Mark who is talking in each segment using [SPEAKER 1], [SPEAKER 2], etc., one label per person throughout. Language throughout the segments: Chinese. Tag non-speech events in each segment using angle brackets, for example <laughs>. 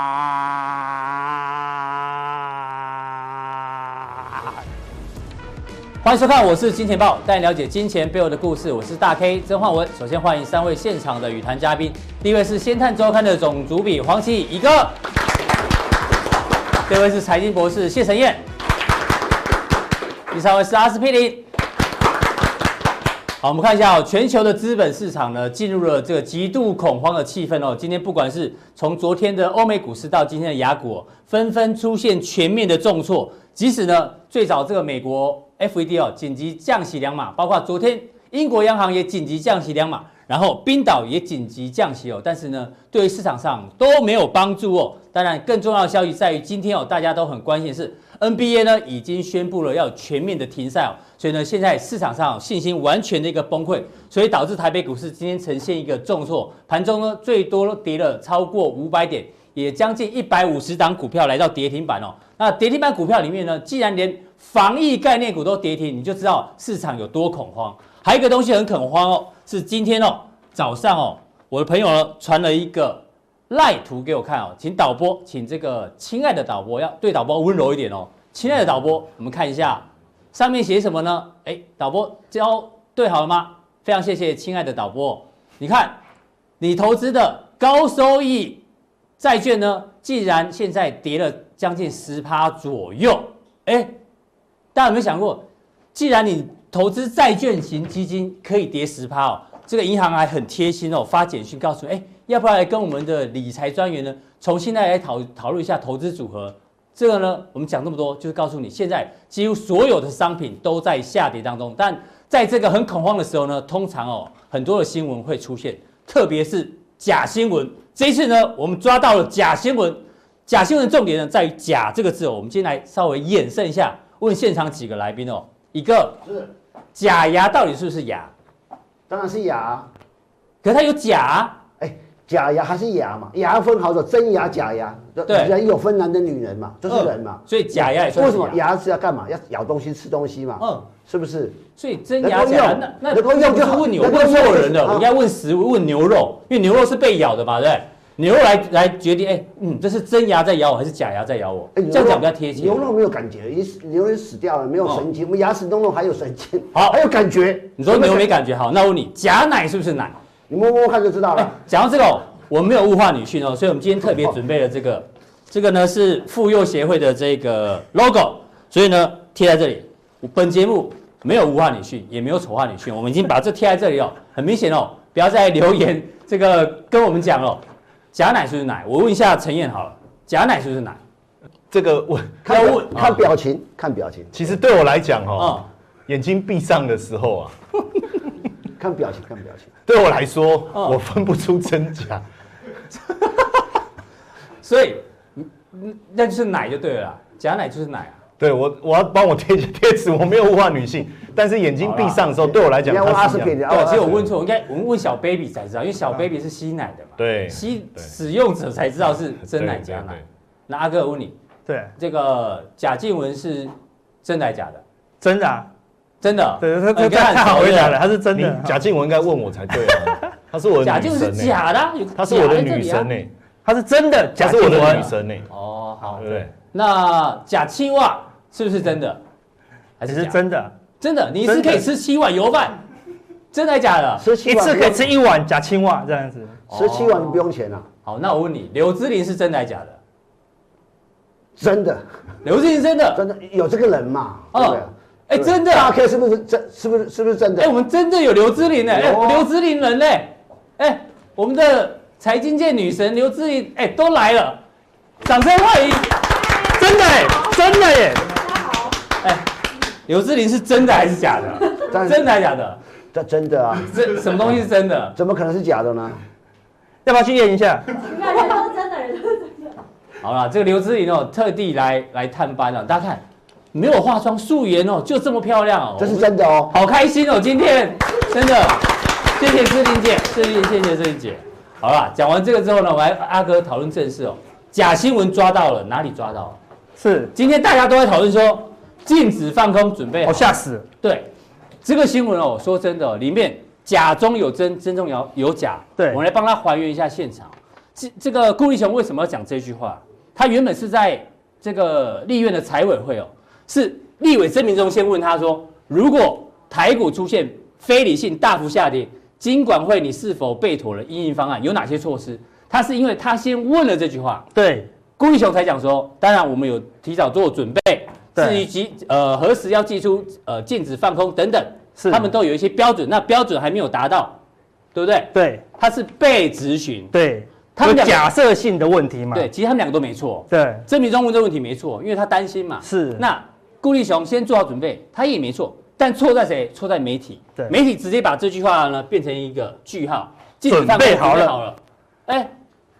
[SPEAKER 1] <laughs> 欢迎收看，我是金钱豹，带你了解金钱背后的故事。我是大 K 曾焕文。首先欢迎三位现场的语坛嘉宾，第一位是《先探周刊》的总主笔黄奇一哥，第二位是财经博士谢承彦，第三位是阿司匹林。好，我们看一下哦，全球的资本市场呢，进入了这个极度恐慌的气氛哦。今天不管是从昨天的欧美股市到今天的雅股、哦，纷纷出现全面的重挫。即使呢，最早这个美国 FED 哦紧急降息两码，包括昨天英国央行也紧急降息两码，然后冰岛也紧急降息哦，但是呢，对于市场上都没有帮助哦。当然，更重要的消息在于今天哦，大家都很关心的是 NBA 呢已经宣布了要全面的停赛哦，所以呢，现在市场上、哦、信心完全的一个崩溃，所以导致台北股市今天呈现一个重挫，盘中呢最多跌了超过五百点，也将近一百五十档股票来到跌停板哦。那跌停板股票里面呢，既然连防疫概念股都跌停，你就知道市场有多恐慌。还有一个东西很恐慌哦，是今天哦早上哦，我的朋友呢传了一个赖图给我看哦，请导播，请这个亲爱的导播要对导播温柔一点哦，亲爱的导播，我们看一下上面写什么呢？哎，导播教对好了吗？非常谢谢亲爱的导播，你看你投资的高收益债券呢，既然现在跌了将近十趴左右，哎。大家有没有想过，既然你投资债券型基金可以跌十趴哦，这个银行还很贴心哦，发简讯告诉你，哎、欸，要不要来跟我们的理财专员呢，从现在来讨讨论一下投资组合？这个呢，我们讲这么多，就是告诉你，现在几乎所有的商品都在下跌当中，但在这个很恐慌的时候呢，通常哦，很多的新闻会出现，特别是假新闻。这一次呢，我们抓到了假新闻，假新闻重点呢在于“假”这个字哦，我们今天来稍微衍生一下。问现场几个来宾哦，一个
[SPEAKER 2] 是
[SPEAKER 1] 假牙到底是不是牙？
[SPEAKER 2] 当然是牙，
[SPEAKER 1] 可是它有假，啊
[SPEAKER 2] 哎，假牙还是牙嘛？牙分好多，真牙、假牙。
[SPEAKER 1] 对嗯
[SPEAKER 2] 人有分男人、女人嘛，都是人嘛。
[SPEAKER 1] 所以假牙也算
[SPEAKER 2] 为
[SPEAKER 1] 是
[SPEAKER 2] 什么
[SPEAKER 1] 牙？
[SPEAKER 2] 牙是要干嘛？要咬东西、吃东西嘛。
[SPEAKER 1] 嗯，
[SPEAKER 2] 是不是？
[SPEAKER 1] 所以真牙
[SPEAKER 2] 能够
[SPEAKER 1] 假
[SPEAKER 2] 用
[SPEAKER 1] 那那
[SPEAKER 2] 能够用
[SPEAKER 1] 那不
[SPEAKER 2] 就是好
[SPEAKER 1] 问你，我
[SPEAKER 2] 能够
[SPEAKER 1] 问错人
[SPEAKER 2] 用
[SPEAKER 1] 了，
[SPEAKER 2] 啊
[SPEAKER 1] 我应该问食物，问牛肉，因为牛肉是被咬的嘛，对不对？牛肉来来决定，哎，嗯，这是真牙在咬我还是假牙在咬我？
[SPEAKER 2] 哎牛肉
[SPEAKER 1] 这样讲比较贴切。哦
[SPEAKER 2] 牛肉没有感觉，已经牛肉死掉了，没有神经。我们牙齿弄弄还有神经，
[SPEAKER 1] 好
[SPEAKER 2] 还有感觉。
[SPEAKER 1] 你说牛
[SPEAKER 2] 有
[SPEAKER 1] 没
[SPEAKER 2] 有感？
[SPEAKER 1] 感觉好，那我问你假奶是不是奶？
[SPEAKER 2] 你摸摸看就知道
[SPEAKER 1] 哎
[SPEAKER 2] 了。，
[SPEAKER 1] 讲到这个哦，我没有物化女性哦，所以我们今天特别准备了这个，这个呢是妇幼协会的这个 logo，所以呢贴在这里。本节目没有物化女性，也没有丑化女性，我们已经把这贴在这里哦，很明显哦，不要再留言这个跟我们讲哦，假奶是不是奶？我问一下陈燕好了，假奶是不是奶？
[SPEAKER 3] 这个我
[SPEAKER 2] 看
[SPEAKER 1] 要
[SPEAKER 2] 表
[SPEAKER 1] 问
[SPEAKER 2] 看表情，看表情，
[SPEAKER 3] 其实对我来讲哦，
[SPEAKER 1] 啊、
[SPEAKER 3] 眼睛闭上的时候啊，
[SPEAKER 2] 看表情，看表情。
[SPEAKER 3] 对我来说
[SPEAKER 1] 嗯
[SPEAKER 3] 我分不出真假。
[SPEAKER 1] 所以嗯那就是奶就对了啦，假奶就是奶啊。
[SPEAKER 3] 对我，我要帮我贴贴纸，我没有物化女性，但是眼睛闭上的时候，对我来讲
[SPEAKER 2] 你要问
[SPEAKER 3] 它
[SPEAKER 2] 阿
[SPEAKER 3] 是
[SPEAKER 2] 斯
[SPEAKER 3] 一
[SPEAKER 2] 匹
[SPEAKER 3] 样
[SPEAKER 2] 林，
[SPEAKER 3] 的。
[SPEAKER 1] 对，啊
[SPEAKER 2] 阿
[SPEAKER 1] 其实我
[SPEAKER 2] 斯匹林
[SPEAKER 1] 问错，我应该我们问小 baby 才知道，因为小 baby 是吸奶的嘛，
[SPEAKER 3] 对啊
[SPEAKER 1] 吸
[SPEAKER 3] 对
[SPEAKER 1] 使用者才知道是真奶
[SPEAKER 3] <laughs> 对
[SPEAKER 1] 假奶
[SPEAKER 3] 对对。
[SPEAKER 1] 那阿哥，我问你，
[SPEAKER 4] 对，
[SPEAKER 1] 这个贾静雯是真奶假的？
[SPEAKER 4] 真的、啊，
[SPEAKER 1] 真的？
[SPEAKER 4] 对，
[SPEAKER 1] 哦
[SPEAKER 4] 他他
[SPEAKER 1] 你看
[SPEAKER 4] 他哎好回答
[SPEAKER 1] 对
[SPEAKER 4] 了，他是真的
[SPEAKER 3] 你，贾静雯应该问我才对啊，她是我的
[SPEAKER 1] 贾
[SPEAKER 3] 女
[SPEAKER 1] 静雯
[SPEAKER 3] 神
[SPEAKER 1] 是
[SPEAKER 3] 呢、
[SPEAKER 1] 假的啊，有
[SPEAKER 3] 她是我的
[SPEAKER 1] 假在
[SPEAKER 3] 女
[SPEAKER 1] 这里啊
[SPEAKER 3] 神呢、欸，
[SPEAKER 4] 他是真的，
[SPEAKER 3] 她
[SPEAKER 4] 假
[SPEAKER 3] 是我
[SPEAKER 4] 新
[SPEAKER 3] 的
[SPEAKER 4] 闻
[SPEAKER 3] 女神呢、欸，
[SPEAKER 1] 哦，好
[SPEAKER 3] 对。不对？
[SPEAKER 1] 那假青蛙是不是真的？还
[SPEAKER 4] 只
[SPEAKER 1] 是
[SPEAKER 4] 是
[SPEAKER 1] 假的
[SPEAKER 4] 真的，
[SPEAKER 1] 真的？你是可以吃七碗油饭，真的假的？
[SPEAKER 2] 吃
[SPEAKER 4] 一
[SPEAKER 2] 七碗
[SPEAKER 4] 次
[SPEAKER 2] 不
[SPEAKER 4] 可以
[SPEAKER 2] 用
[SPEAKER 4] 吃一碗假青蛙这样子，
[SPEAKER 2] 吃七碗不用钱啊，
[SPEAKER 1] 好，那我问你，刘之玲是真的假的？
[SPEAKER 2] 真的
[SPEAKER 1] 刘之玲是真的？
[SPEAKER 2] 真的有这个人嘛？
[SPEAKER 1] 哦
[SPEAKER 2] 对不对？
[SPEAKER 1] 哎，
[SPEAKER 2] 对
[SPEAKER 1] 真的啊
[SPEAKER 2] 大！K 是不是真？是不是是不是真
[SPEAKER 1] 哎、
[SPEAKER 2] 的
[SPEAKER 1] 我？们真的有刘之玲呢、哎、
[SPEAKER 2] 有啊
[SPEAKER 1] 刘之玲人呢、哎、我们的财经界女神刘之玲，哎、都来了，掌声欢迎！
[SPEAKER 4] 真的耶，真的耶，
[SPEAKER 5] <laughs>
[SPEAKER 1] 哎、刘之玲是真的还是假
[SPEAKER 2] 当
[SPEAKER 1] 的？
[SPEAKER 2] 然
[SPEAKER 1] 真的还是啊假的？
[SPEAKER 2] 这真的啊，
[SPEAKER 1] 这什么东西是真的？
[SPEAKER 2] 怎么可能是假的呢？
[SPEAKER 1] 哦
[SPEAKER 4] 要不要去验一下？
[SPEAKER 5] 看人都真的，人都真的。
[SPEAKER 1] 好啦，这个刘之玲哦，特地来来探班啊了、大家看，没有化妆，素颜哦，就这么漂亮哦，
[SPEAKER 2] 这是真的哦。
[SPEAKER 1] 好开心哦，今天真的，谢谢志玲姐，谢谢谢谢志玲姐。好啦，讲完这个之后呢，我们来阿哥讨论正事哦。假新闻抓到了，哪里抓到了？
[SPEAKER 4] 是，
[SPEAKER 1] 今天大家都在讨论说禁止放空，准备
[SPEAKER 4] 我
[SPEAKER 1] 好。
[SPEAKER 4] 吓死了，
[SPEAKER 1] 对，这个新闻哦，说真的哦、里面假中有真，真中有有假。
[SPEAKER 4] 对
[SPEAKER 1] 我们来帮他还原一下现场。这这个顾立雄为什么要讲这句话？他原本是在这个立院的财委会哦，是立委曾明忠先问他说，如果台股出现非理性大幅下跌，金管会你是否备妥了因应方案？有哪些措施？他是因为他先问了这句话，
[SPEAKER 4] 对
[SPEAKER 1] 顾立雄才讲说，当然我们有提早做准备，
[SPEAKER 4] 对
[SPEAKER 1] 至于及呃何时要寄出呃禁止放空等等，
[SPEAKER 4] 是
[SPEAKER 1] 他们都有一些标准，那标准还没有达到，对不对？
[SPEAKER 4] 对
[SPEAKER 1] 他是被质询，
[SPEAKER 4] 对，
[SPEAKER 1] 他
[SPEAKER 4] 有
[SPEAKER 1] 们两个
[SPEAKER 4] 假设性的问题嘛？
[SPEAKER 1] 对，其实他们两个都没错。
[SPEAKER 4] 对
[SPEAKER 1] 郑明忠问这个问题没错，因为他担心嘛。
[SPEAKER 4] 是
[SPEAKER 1] 那顾立雄先做好准备，他也没错，但错在谁？错在媒体。
[SPEAKER 4] 对
[SPEAKER 1] 媒体直接把这句话呢变成一个句号，禁止
[SPEAKER 4] 准
[SPEAKER 1] 放空
[SPEAKER 4] 备好
[SPEAKER 1] 准备
[SPEAKER 4] 了
[SPEAKER 1] 好了。哎，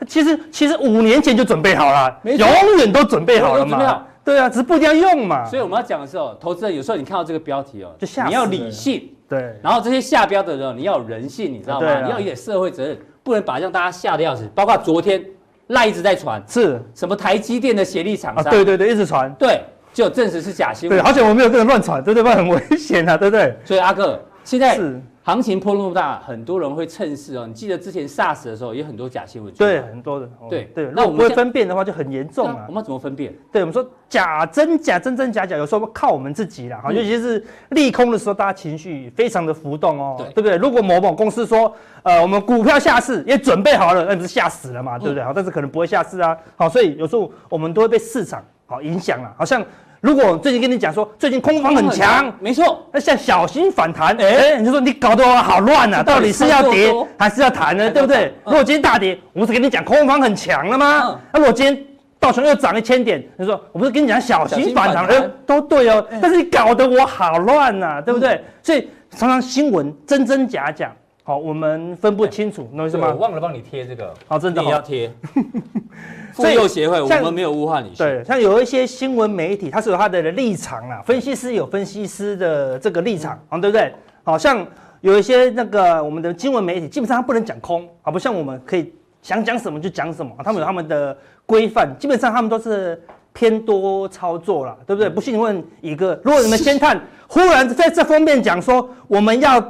[SPEAKER 4] 其实其实五年前就准备好了，
[SPEAKER 1] 没错
[SPEAKER 4] 永远都准备好了
[SPEAKER 1] 永远都准备好
[SPEAKER 4] 嘛。对啊，只是不一定要用嘛。
[SPEAKER 1] 所以我们要讲的时候，投资人有时候你看到这个标题哦，
[SPEAKER 4] 就吓死
[SPEAKER 1] 你要
[SPEAKER 4] 人
[SPEAKER 1] 理性，
[SPEAKER 4] 对
[SPEAKER 1] 然后这些下标的人哦，你要有人性，你知道吗？
[SPEAKER 4] 对啊
[SPEAKER 1] 你要有点社会责任，不能把让大家吓得要死。包括昨天赖一直在传
[SPEAKER 4] 是
[SPEAKER 1] 什么台积电的协力厂
[SPEAKER 4] 啊，
[SPEAKER 1] 商，
[SPEAKER 4] 对对对，一直传。
[SPEAKER 1] 对，就证实是假新
[SPEAKER 4] 对，
[SPEAKER 1] 闻。
[SPEAKER 4] 好久我没有这种乱传，对对，不然很危险啊，对不对？
[SPEAKER 1] 所以阿哥，现在
[SPEAKER 4] 是
[SPEAKER 1] 行情波动大，很多人会趁势哦。你记得之前 SARS 的时候，也很多假新闻出来。
[SPEAKER 4] 对，很多的。哦
[SPEAKER 1] 对
[SPEAKER 4] 对，如
[SPEAKER 1] 那
[SPEAKER 4] 果
[SPEAKER 1] 我
[SPEAKER 4] 不
[SPEAKER 1] 们
[SPEAKER 4] 会
[SPEAKER 1] 现
[SPEAKER 4] 分辨的话，就很严重
[SPEAKER 1] 对啊
[SPEAKER 4] 啊
[SPEAKER 1] 我。们要怎么分辨？
[SPEAKER 4] 对，我们说假真假，真真假假，有时候靠我们自己啦，哈、尤其是利空的时候，大家情绪非常的浮动哦，
[SPEAKER 1] 对
[SPEAKER 4] 不对？如果某某公司说，呃，我们股票下市也准备好了，那你不是吓死了嘛，对不对？好、但是可能不会下市啊，好，所以有时候我们都会被市场好影响了，好像如果最近跟你讲说最近空方很强。
[SPEAKER 1] 没错，
[SPEAKER 4] 那像哎小心反弹，哎、你就说你搞得我好乱啊！
[SPEAKER 1] 这到
[SPEAKER 4] 到
[SPEAKER 1] 底
[SPEAKER 4] 底是要
[SPEAKER 1] 是要
[SPEAKER 4] 跌
[SPEAKER 1] 做多
[SPEAKER 4] 还是要弹呢？
[SPEAKER 1] 还是
[SPEAKER 4] 对
[SPEAKER 1] 要
[SPEAKER 4] 不对
[SPEAKER 1] 涨？嗯
[SPEAKER 4] 如果今天大跌，我不是跟你讲空方很强了
[SPEAKER 1] 嗯
[SPEAKER 4] 吗？那如果今天道琼又涨一千点，你说我不是跟你讲小心反
[SPEAKER 1] 小心反
[SPEAKER 4] 弹？
[SPEAKER 1] 弹
[SPEAKER 4] 哎呦，都对哦，但是你搞得我好乱呐，对
[SPEAKER 1] 嗯
[SPEAKER 4] 不对？所以常常新闻真真假假，好，我们分不清楚，你懂我意思
[SPEAKER 1] 对我
[SPEAKER 4] 吗？
[SPEAKER 1] 忘了帮你贴这个，
[SPEAKER 4] 好真的
[SPEAKER 1] 你也
[SPEAKER 4] 哦
[SPEAKER 1] 要
[SPEAKER 4] <laughs>
[SPEAKER 1] 贴。妇
[SPEAKER 4] 所以
[SPEAKER 1] 幼协会，我
[SPEAKER 4] 像
[SPEAKER 1] 们没有污化女性。
[SPEAKER 4] 对，像有一些新闻媒体，它是有它的立场啦，分析师有分析师的这个立场，啊，对不对？好像有一些那个我们的新闻媒体，基本上它不能讲空，啊，不像我们可以想讲什么就讲什么，啊他们有他们的规范，基本上他们都是。偏多操作啦，对不对？不信你问一个，如果你们先看，忽然在这封面讲说我们要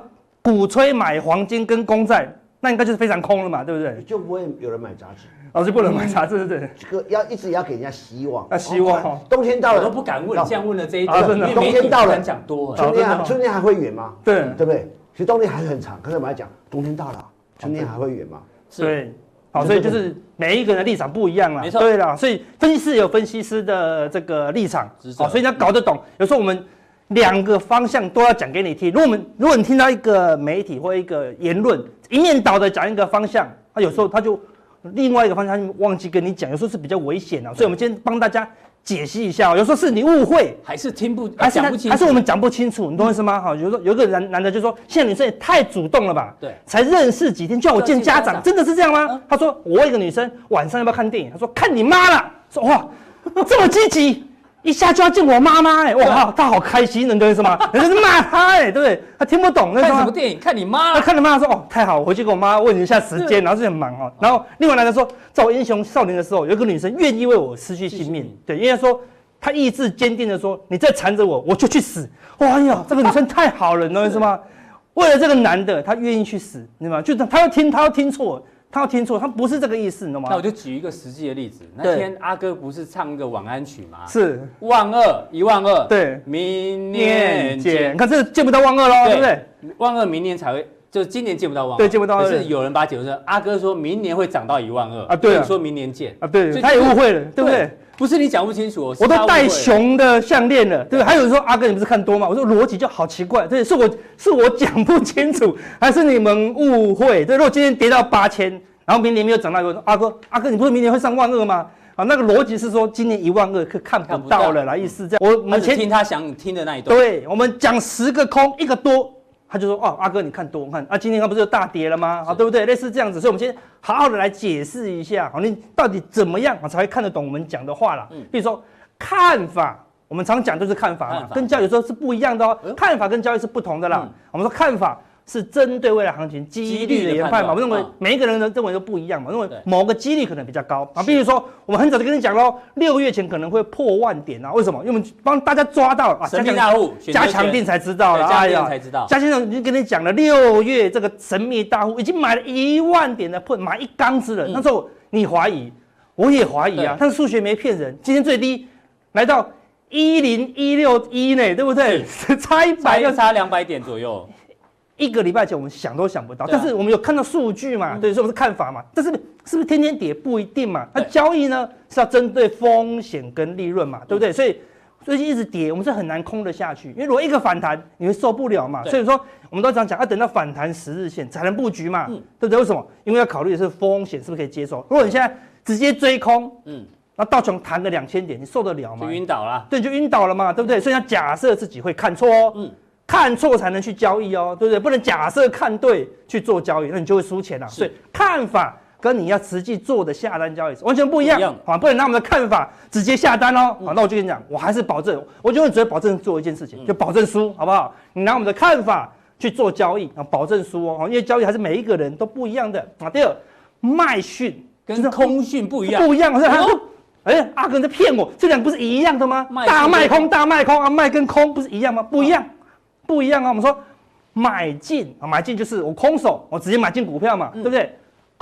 [SPEAKER 4] 鼓吹买黄金跟公债，那应该就是非常空了嘛，对不对？
[SPEAKER 2] 就不会有人买杂志。
[SPEAKER 4] 老师不能买啥，对对对。
[SPEAKER 2] 这个要一直要给人家希望，
[SPEAKER 4] 啊希望哦
[SPEAKER 2] 冬天到
[SPEAKER 1] 我
[SPEAKER 2] 了
[SPEAKER 1] 都不敢问，这样问了这一
[SPEAKER 4] 啊
[SPEAKER 1] 段，
[SPEAKER 4] 真
[SPEAKER 1] 因
[SPEAKER 4] 的
[SPEAKER 1] 为媒
[SPEAKER 2] 冬
[SPEAKER 1] 体
[SPEAKER 2] 天到了
[SPEAKER 1] 不敢讲多
[SPEAKER 4] 啊
[SPEAKER 2] 春天
[SPEAKER 4] 真的
[SPEAKER 2] 还
[SPEAKER 4] 哦
[SPEAKER 2] 春天还会远吗？
[SPEAKER 4] 对
[SPEAKER 2] 对不对？其实冬天还很长，可是我们要讲冬天到了，春天还会远吗？
[SPEAKER 1] 是
[SPEAKER 4] 对，好，所以就是每一个人的立场不一样啦，
[SPEAKER 1] 没错
[SPEAKER 4] 对啦，所以分析师有分析师的这个立场哦
[SPEAKER 1] 职，责
[SPEAKER 4] 好，所以你要搞得懂。有时候我们两个方向都要讲给你听。如果我们如果你听到一个媒体或一个言论一面倒的讲一个方向，那有时候他就另外一个方向他就忘记跟你讲，有时候是比较危险啊的。所以我们今天帮大家解析一下哦，有时候是你误会。
[SPEAKER 1] 还是听不啊
[SPEAKER 4] 还是
[SPEAKER 1] 讲
[SPEAKER 4] 他
[SPEAKER 1] 不清楚，嗯
[SPEAKER 4] 还是我们讲不清楚，你懂我意思吗？哈，有时候有一个男男的就说，现在女生也太主动了吧？
[SPEAKER 1] 对
[SPEAKER 4] 才认识几天就要我见家长，
[SPEAKER 1] 就
[SPEAKER 4] 真的是这样
[SPEAKER 1] 嗯
[SPEAKER 4] 吗？他说我问一个女生晚上要不要看电影，他说看你妈啦，说哇这么积极，一下就要见我妈妈哎，哇
[SPEAKER 1] 对啊
[SPEAKER 4] 他他好开心，你懂我意思
[SPEAKER 1] <laughs>
[SPEAKER 4] 吗？人家是骂他哎，对不对？他听不懂那
[SPEAKER 1] 看什么电影？看你妈
[SPEAKER 4] 他。看着妈妈说：“哦，太好，我回去跟我妈问一下时
[SPEAKER 1] 对
[SPEAKER 4] 间。”然后就很忙哦。然后另外男的说，在我英雄少年的时候，有一个女生愿意为我失去性命。对，因为她说她意志坚定的说：“你再缠着我，我就去死。”哇哎呀，这个女生太好了，你懂我意思 <laughs> 吗？为了这个男的，她愿意去死，你知道吗？就她要听，她要听错，她要听错，她不是这个意思，你懂
[SPEAKER 1] 那
[SPEAKER 4] 吗
[SPEAKER 1] 我？就举一个实际的例子，那
[SPEAKER 4] 对
[SPEAKER 1] 天阿哥不是唱一个晚安曲吗？
[SPEAKER 4] 是，
[SPEAKER 1] 万二一万二，
[SPEAKER 4] 对
[SPEAKER 1] 明年
[SPEAKER 4] 念姐，
[SPEAKER 1] 见
[SPEAKER 4] 你，看这见不到万恶喽，对不对？
[SPEAKER 1] 万二明年才会，就是今年见不到万二，
[SPEAKER 4] 对见不到
[SPEAKER 1] 可
[SPEAKER 4] 万二
[SPEAKER 1] 是有人把它解读成阿哥说明年会涨到一万二
[SPEAKER 4] 啊对啊
[SPEAKER 1] 所以说明年见
[SPEAKER 4] 啊，
[SPEAKER 1] 所
[SPEAKER 4] 对，
[SPEAKER 1] 以
[SPEAKER 4] 她也
[SPEAKER 1] 就是
[SPEAKER 4] 误会了，对不对？？
[SPEAKER 1] 不是你讲不清楚哦，是
[SPEAKER 4] 我
[SPEAKER 1] 他
[SPEAKER 4] 都
[SPEAKER 1] 误
[SPEAKER 4] 戴
[SPEAKER 1] 会了
[SPEAKER 4] 熊的项链了，对不对？还有人说阿哥你不是看多吗？我说逻辑就好奇怪，对，是我是我讲不清楚， <laughs> 还是你们误会？对，如果今天跌到八千，然后明年没有涨到一万，阿哥阿哥你不是明年会上万二吗？啊，那个逻辑是说今年一万二可看
[SPEAKER 1] 看不
[SPEAKER 4] 不到
[SPEAKER 1] 到
[SPEAKER 4] 了啦，意思这样。我我
[SPEAKER 1] 他
[SPEAKER 4] 们
[SPEAKER 1] 只
[SPEAKER 4] 前
[SPEAKER 1] 听他想听的那一段，
[SPEAKER 4] 对，我们讲十个空，一个多，他就说哦，阿哥你看多，我看啊，今天它不是又大跌了吗？好，对不对？类似这样子，所以我们先好好的来解释一下，好，你到底怎么样啊才会看得懂我们讲的话啦？
[SPEAKER 1] 嗯
[SPEAKER 4] 比如说看法。我们常讲就是看法嘛
[SPEAKER 1] 看法
[SPEAKER 4] 跟交易有时候是不一样的哦
[SPEAKER 1] 哎呦。
[SPEAKER 4] 看法跟交易是不同的啦。
[SPEAKER 1] 啊嗯
[SPEAKER 4] 我们说看法是针对未来行情几率的
[SPEAKER 1] 几率
[SPEAKER 4] 研判嘛。
[SPEAKER 1] 的判断
[SPEAKER 4] 我认为
[SPEAKER 1] 嗯
[SPEAKER 4] 每一个人的认为都不一样嘛，认为
[SPEAKER 1] 对
[SPEAKER 4] 某个几率可能比较高啊。
[SPEAKER 1] 是
[SPEAKER 4] 比如说，我们很早就跟你讲喽，六月前可能会破万点啊，为什么？因为我们帮大家抓到啊，
[SPEAKER 1] 神秘
[SPEAKER 4] 加强
[SPEAKER 1] 大户选择
[SPEAKER 4] 加
[SPEAKER 1] 权
[SPEAKER 4] 强定才知道
[SPEAKER 1] 对
[SPEAKER 4] 了，
[SPEAKER 1] 加
[SPEAKER 4] 哎
[SPEAKER 1] 定
[SPEAKER 4] 呀
[SPEAKER 1] 才。知道，
[SPEAKER 4] 嘉先生已经跟你讲了，六月这个神秘大户已经买了一万点的破，买一缸子了。
[SPEAKER 1] 嗯
[SPEAKER 4] 那时候你怀疑，我也怀疑啊
[SPEAKER 1] 对，
[SPEAKER 4] 但是数学没骗人，今天最低来到一零一六一呢，对不对？ <laughs> 差一
[SPEAKER 1] 差
[SPEAKER 4] 百
[SPEAKER 1] 又
[SPEAKER 4] 六，
[SPEAKER 1] 差两百点左右，
[SPEAKER 4] 一个礼拜前我们想都想不到，
[SPEAKER 1] 对啊嗯
[SPEAKER 4] 但是我们有看到数据嘛，对，所以我们是看法嘛，但是是不是天天跌不一定嘛？那
[SPEAKER 1] 对
[SPEAKER 4] 交易呢是要针对风险跟利
[SPEAKER 1] 嗯
[SPEAKER 4] 润嘛，对不对？所以最近一直跌，我们是很难空得下去，因为如果一个反弹，你会受不了嘛。
[SPEAKER 1] 对
[SPEAKER 4] 所以说我们都常讲啊要等到反弹十日线才能布局嘛，
[SPEAKER 1] 嗯
[SPEAKER 4] 对不对？为什么？因为要考虑的是风险是不是可以接受。如果你现在直接追空，
[SPEAKER 1] 嗯，
[SPEAKER 4] 那道琼弹个两千点，你受得了吗
[SPEAKER 1] 就？晕倒了。
[SPEAKER 4] 对，就晕倒了嘛，对不对？所以要假设自己会看错哦，
[SPEAKER 1] 嗯
[SPEAKER 4] 看错才能去交易哦，对不对？不能假设看对去做交易，那你就会输钱了、啊所以看法跟你要实际做的下单交易是完全不一样
[SPEAKER 1] 不一样的，嗯
[SPEAKER 4] 好，不能拿我们的看法直接下单哦。好，那我就跟你讲，我还是保证，我就只会保证做一件事情，就保证输，好不好？你拿我们的看法去做交易啊，保证输哦，好因为交易还是每一个人都不一样的啊。第二，卖讯
[SPEAKER 1] 跟空讯不一样，
[SPEAKER 4] 不一样，好像
[SPEAKER 1] 哎
[SPEAKER 4] 他
[SPEAKER 1] 呦
[SPEAKER 4] 说，哎，阿哥你在骗我，这两个不是一样的吗
[SPEAKER 1] 卖？
[SPEAKER 4] 大
[SPEAKER 1] 空
[SPEAKER 4] 卖空，大卖空啊，卖跟空不是一样吗？不一样，不一样啊！我们说买进啊，买进就是我空手，我直接买进股票
[SPEAKER 1] 嗯
[SPEAKER 4] 嘛，对不对？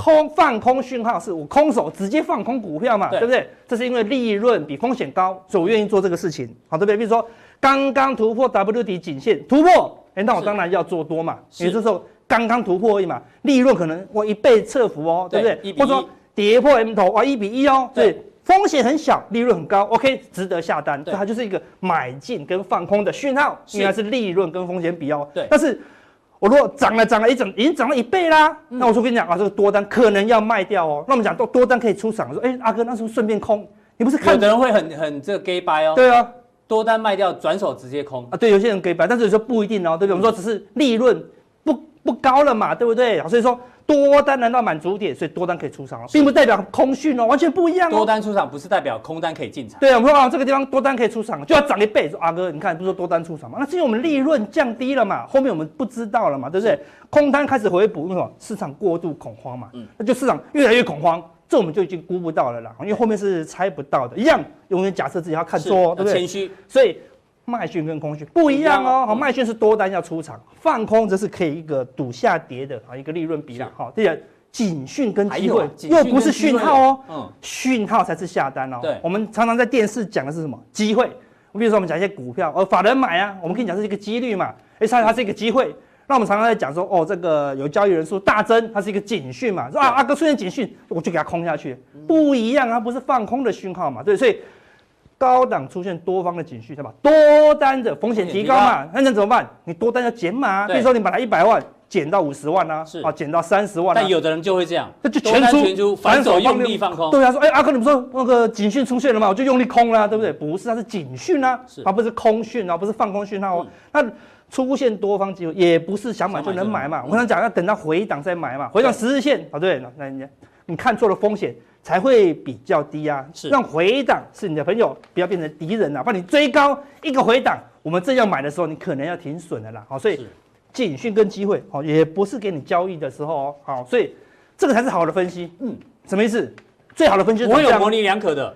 [SPEAKER 4] 空放空讯号是我空手直接放空股票嘛，
[SPEAKER 1] 对
[SPEAKER 4] 对不对？这是因为利润比风险高，所以我愿意做这个事情，好，对不对？比如说刚刚突破 W 底颈线，突破，哎，那我
[SPEAKER 1] 是
[SPEAKER 4] 当然要做多嘛，
[SPEAKER 1] 是
[SPEAKER 4] 也就是说刚刚突破而已嘛，利润可能我一倍侧幅哦，对不
[SPEAKER 1] 对一
[SPEAKER 4] 对？
[SPEAKER 1] 比一
[SPEAKER 4] 或者说跌破 M 头啊，一比一哦，
[SPEAKER 1] 对
[SPEAKER 4] 对，风险很小，利润很高，OK，值得下单。
[SPEAKER 1] 对
[SPEAKER 4] 所以它就是一个买进跟放空的讯号，
[SPEAKER 1] 是
[SPEAKER 4] 因为它是利润跟风险比哦。
[SPEAKER 1] 对
[SPEAKER 4] 但是我如果涨了涨了一整，已经涨了一倍啦，
[SPEAKER 1] 嗯
[SPEAKER 4] 那我就跟你讲啊，这个多单可能要卖掉哦。那我们讲多多单可以出场，我说哎、阿哥，那时候顺便空，你不是
[SPEAKER 1] 有
[SPEAKER 4] 看
[SPEAKER 1] 的人会很很这个 gay buy 哦，
[SPEAKER 4] 对啊
[SPEAKER 1] 多单卖掉，转手直接空，
[SPEAKER 4] 啊对，有些人可以买，但是有时候不一定哦，
[SPEAKER 1] 嗯
[SPEAKER 4] 对不对？我们说只是利润不不高了嘛，对不对？所以说多单难道满足点，所以多单可以出场哦，并不代表空讯哦，完全不一样哦。
[SPEAKER 1] 多单出场不是代表空单可以进场，
[SPEAKER 4] <laughs> 对啊，我们说啊，这个地方多单可以出场，就要涨一倍。说阿哥，你看不是说多单出场吗？那是因为我们利润降低了嘛，后面我们不知道了嘛，对不对？空单开始回补，因为什么？市场过度恐慌
[SPEAKER 1] 嗯
[SPEAKER 4] 嘛，那就市场越来越恐慌，这我们就已经估不到了啦，因为后面是猜不到的。一样，永远假设自己要看
[SPEAKER 1] 是
[SPEAKER 4] 错哦，对不
[SPEAKER 1] 要
[SPEAKER 4] 对
[SPEAKER 1] 谦？虚，
[SPEAKER 4] 所以卖讯跟空讯不一样
[SPEAKER 1] 不一样哦
[SPEAKER 4] 哦。好，卖讯是多单要出场，放空则是可以一个赌下跌的啊，一个利润比啦。好，第二警讯跟
[SPEAKER 1] 还
[SPEAKER 4] 机
[SPEAKER 1] 有啊
[SPEAKER 4] 会
[SPEAKER 1] 警
[SPEAKER 4] 又
[SPEAKER 1] 讯
[SPEAKER 4] 不
[SPEAKER 1] 跟
[SPEAKER 4] 是
[SPEAKER 1] 机会
[SPEAKER 4] 讯号哦，
[SPEAKER 1] 嗯，
[SPEAKER 4] 讯号才是下单哦。
[SPEAKER 1] 对
[SPEAKER 4] 我们常常在电视讲的是什么机会？比如说我们讲一些股票，呃，法人买啊，我们可以讲是一个几率嘛，哎，它它是一个机会。那我们常常在讲说，哦，这个有交易人数大增，它是一个警讯嘛，说啊，阿哥出现警讯，我就给它空下去，
[SPEAKER 1] 嗯
[SPEAKER 4] 不一样啊，不是放空的讯号嘛，对，所以高档出现多方的警讯，对吧？多单的风险提高嘛，那能怎么办？你多单要减码、啊，
[SPEAKER 1] 对
[SPEAKER 4] 比如说你本来一百万减到五十万啊
[SPEAKER 1] 是，
[SPEAKER 4] 啊，减到三十万啊，
[SPEAKER 1] 但有的人就会这样，
[SPEAKER 4] 那就
[SPEAKER 1] 多
[SPEAKER 4] 全
[SPEAKER 1] 单
[SPEAKER 4] 出，
[SPEAKER 1] 全出，反手用力放空，
[SPEAKER 4] 对啊，说哎、阿哥，你不是说那个警讯出现了吗？我就用力空啦、对不对？不是，它是警讯啊
[SPEAKER 1] 是，
[SPEAKER 4] 它不是空讯啊，不是放空讯号哦。那出现多方机会，也不是想买就能买嘛。我刚才讲要等到回档再买嘛，回档十日线啊，对，那那你你看错了风险才会比较低啊。
[SPEAKER 1] 是
[SPEAKER 4] 让回档是你的朋友，不要变成敌人啊。不然你追高一个回档，我们正要买的时候，你可能要停损的啦。好，所以
[SPEAKER 1] 是
[SPEAKER 4] 警讯跟机会，好，也不是给你交易的时候哦。好，所以这个才是好的分析。
[SPEAKER 1] 嗯
[SPEAKER 4] 嗯，什么意思？最好的分析是
[SPEAKER 1] 不会
[SPEAKER 4] 这
[SPEAKER 1] 有
[SPEAKER 4] 样
[SPEAKER 1] 模棱两可的，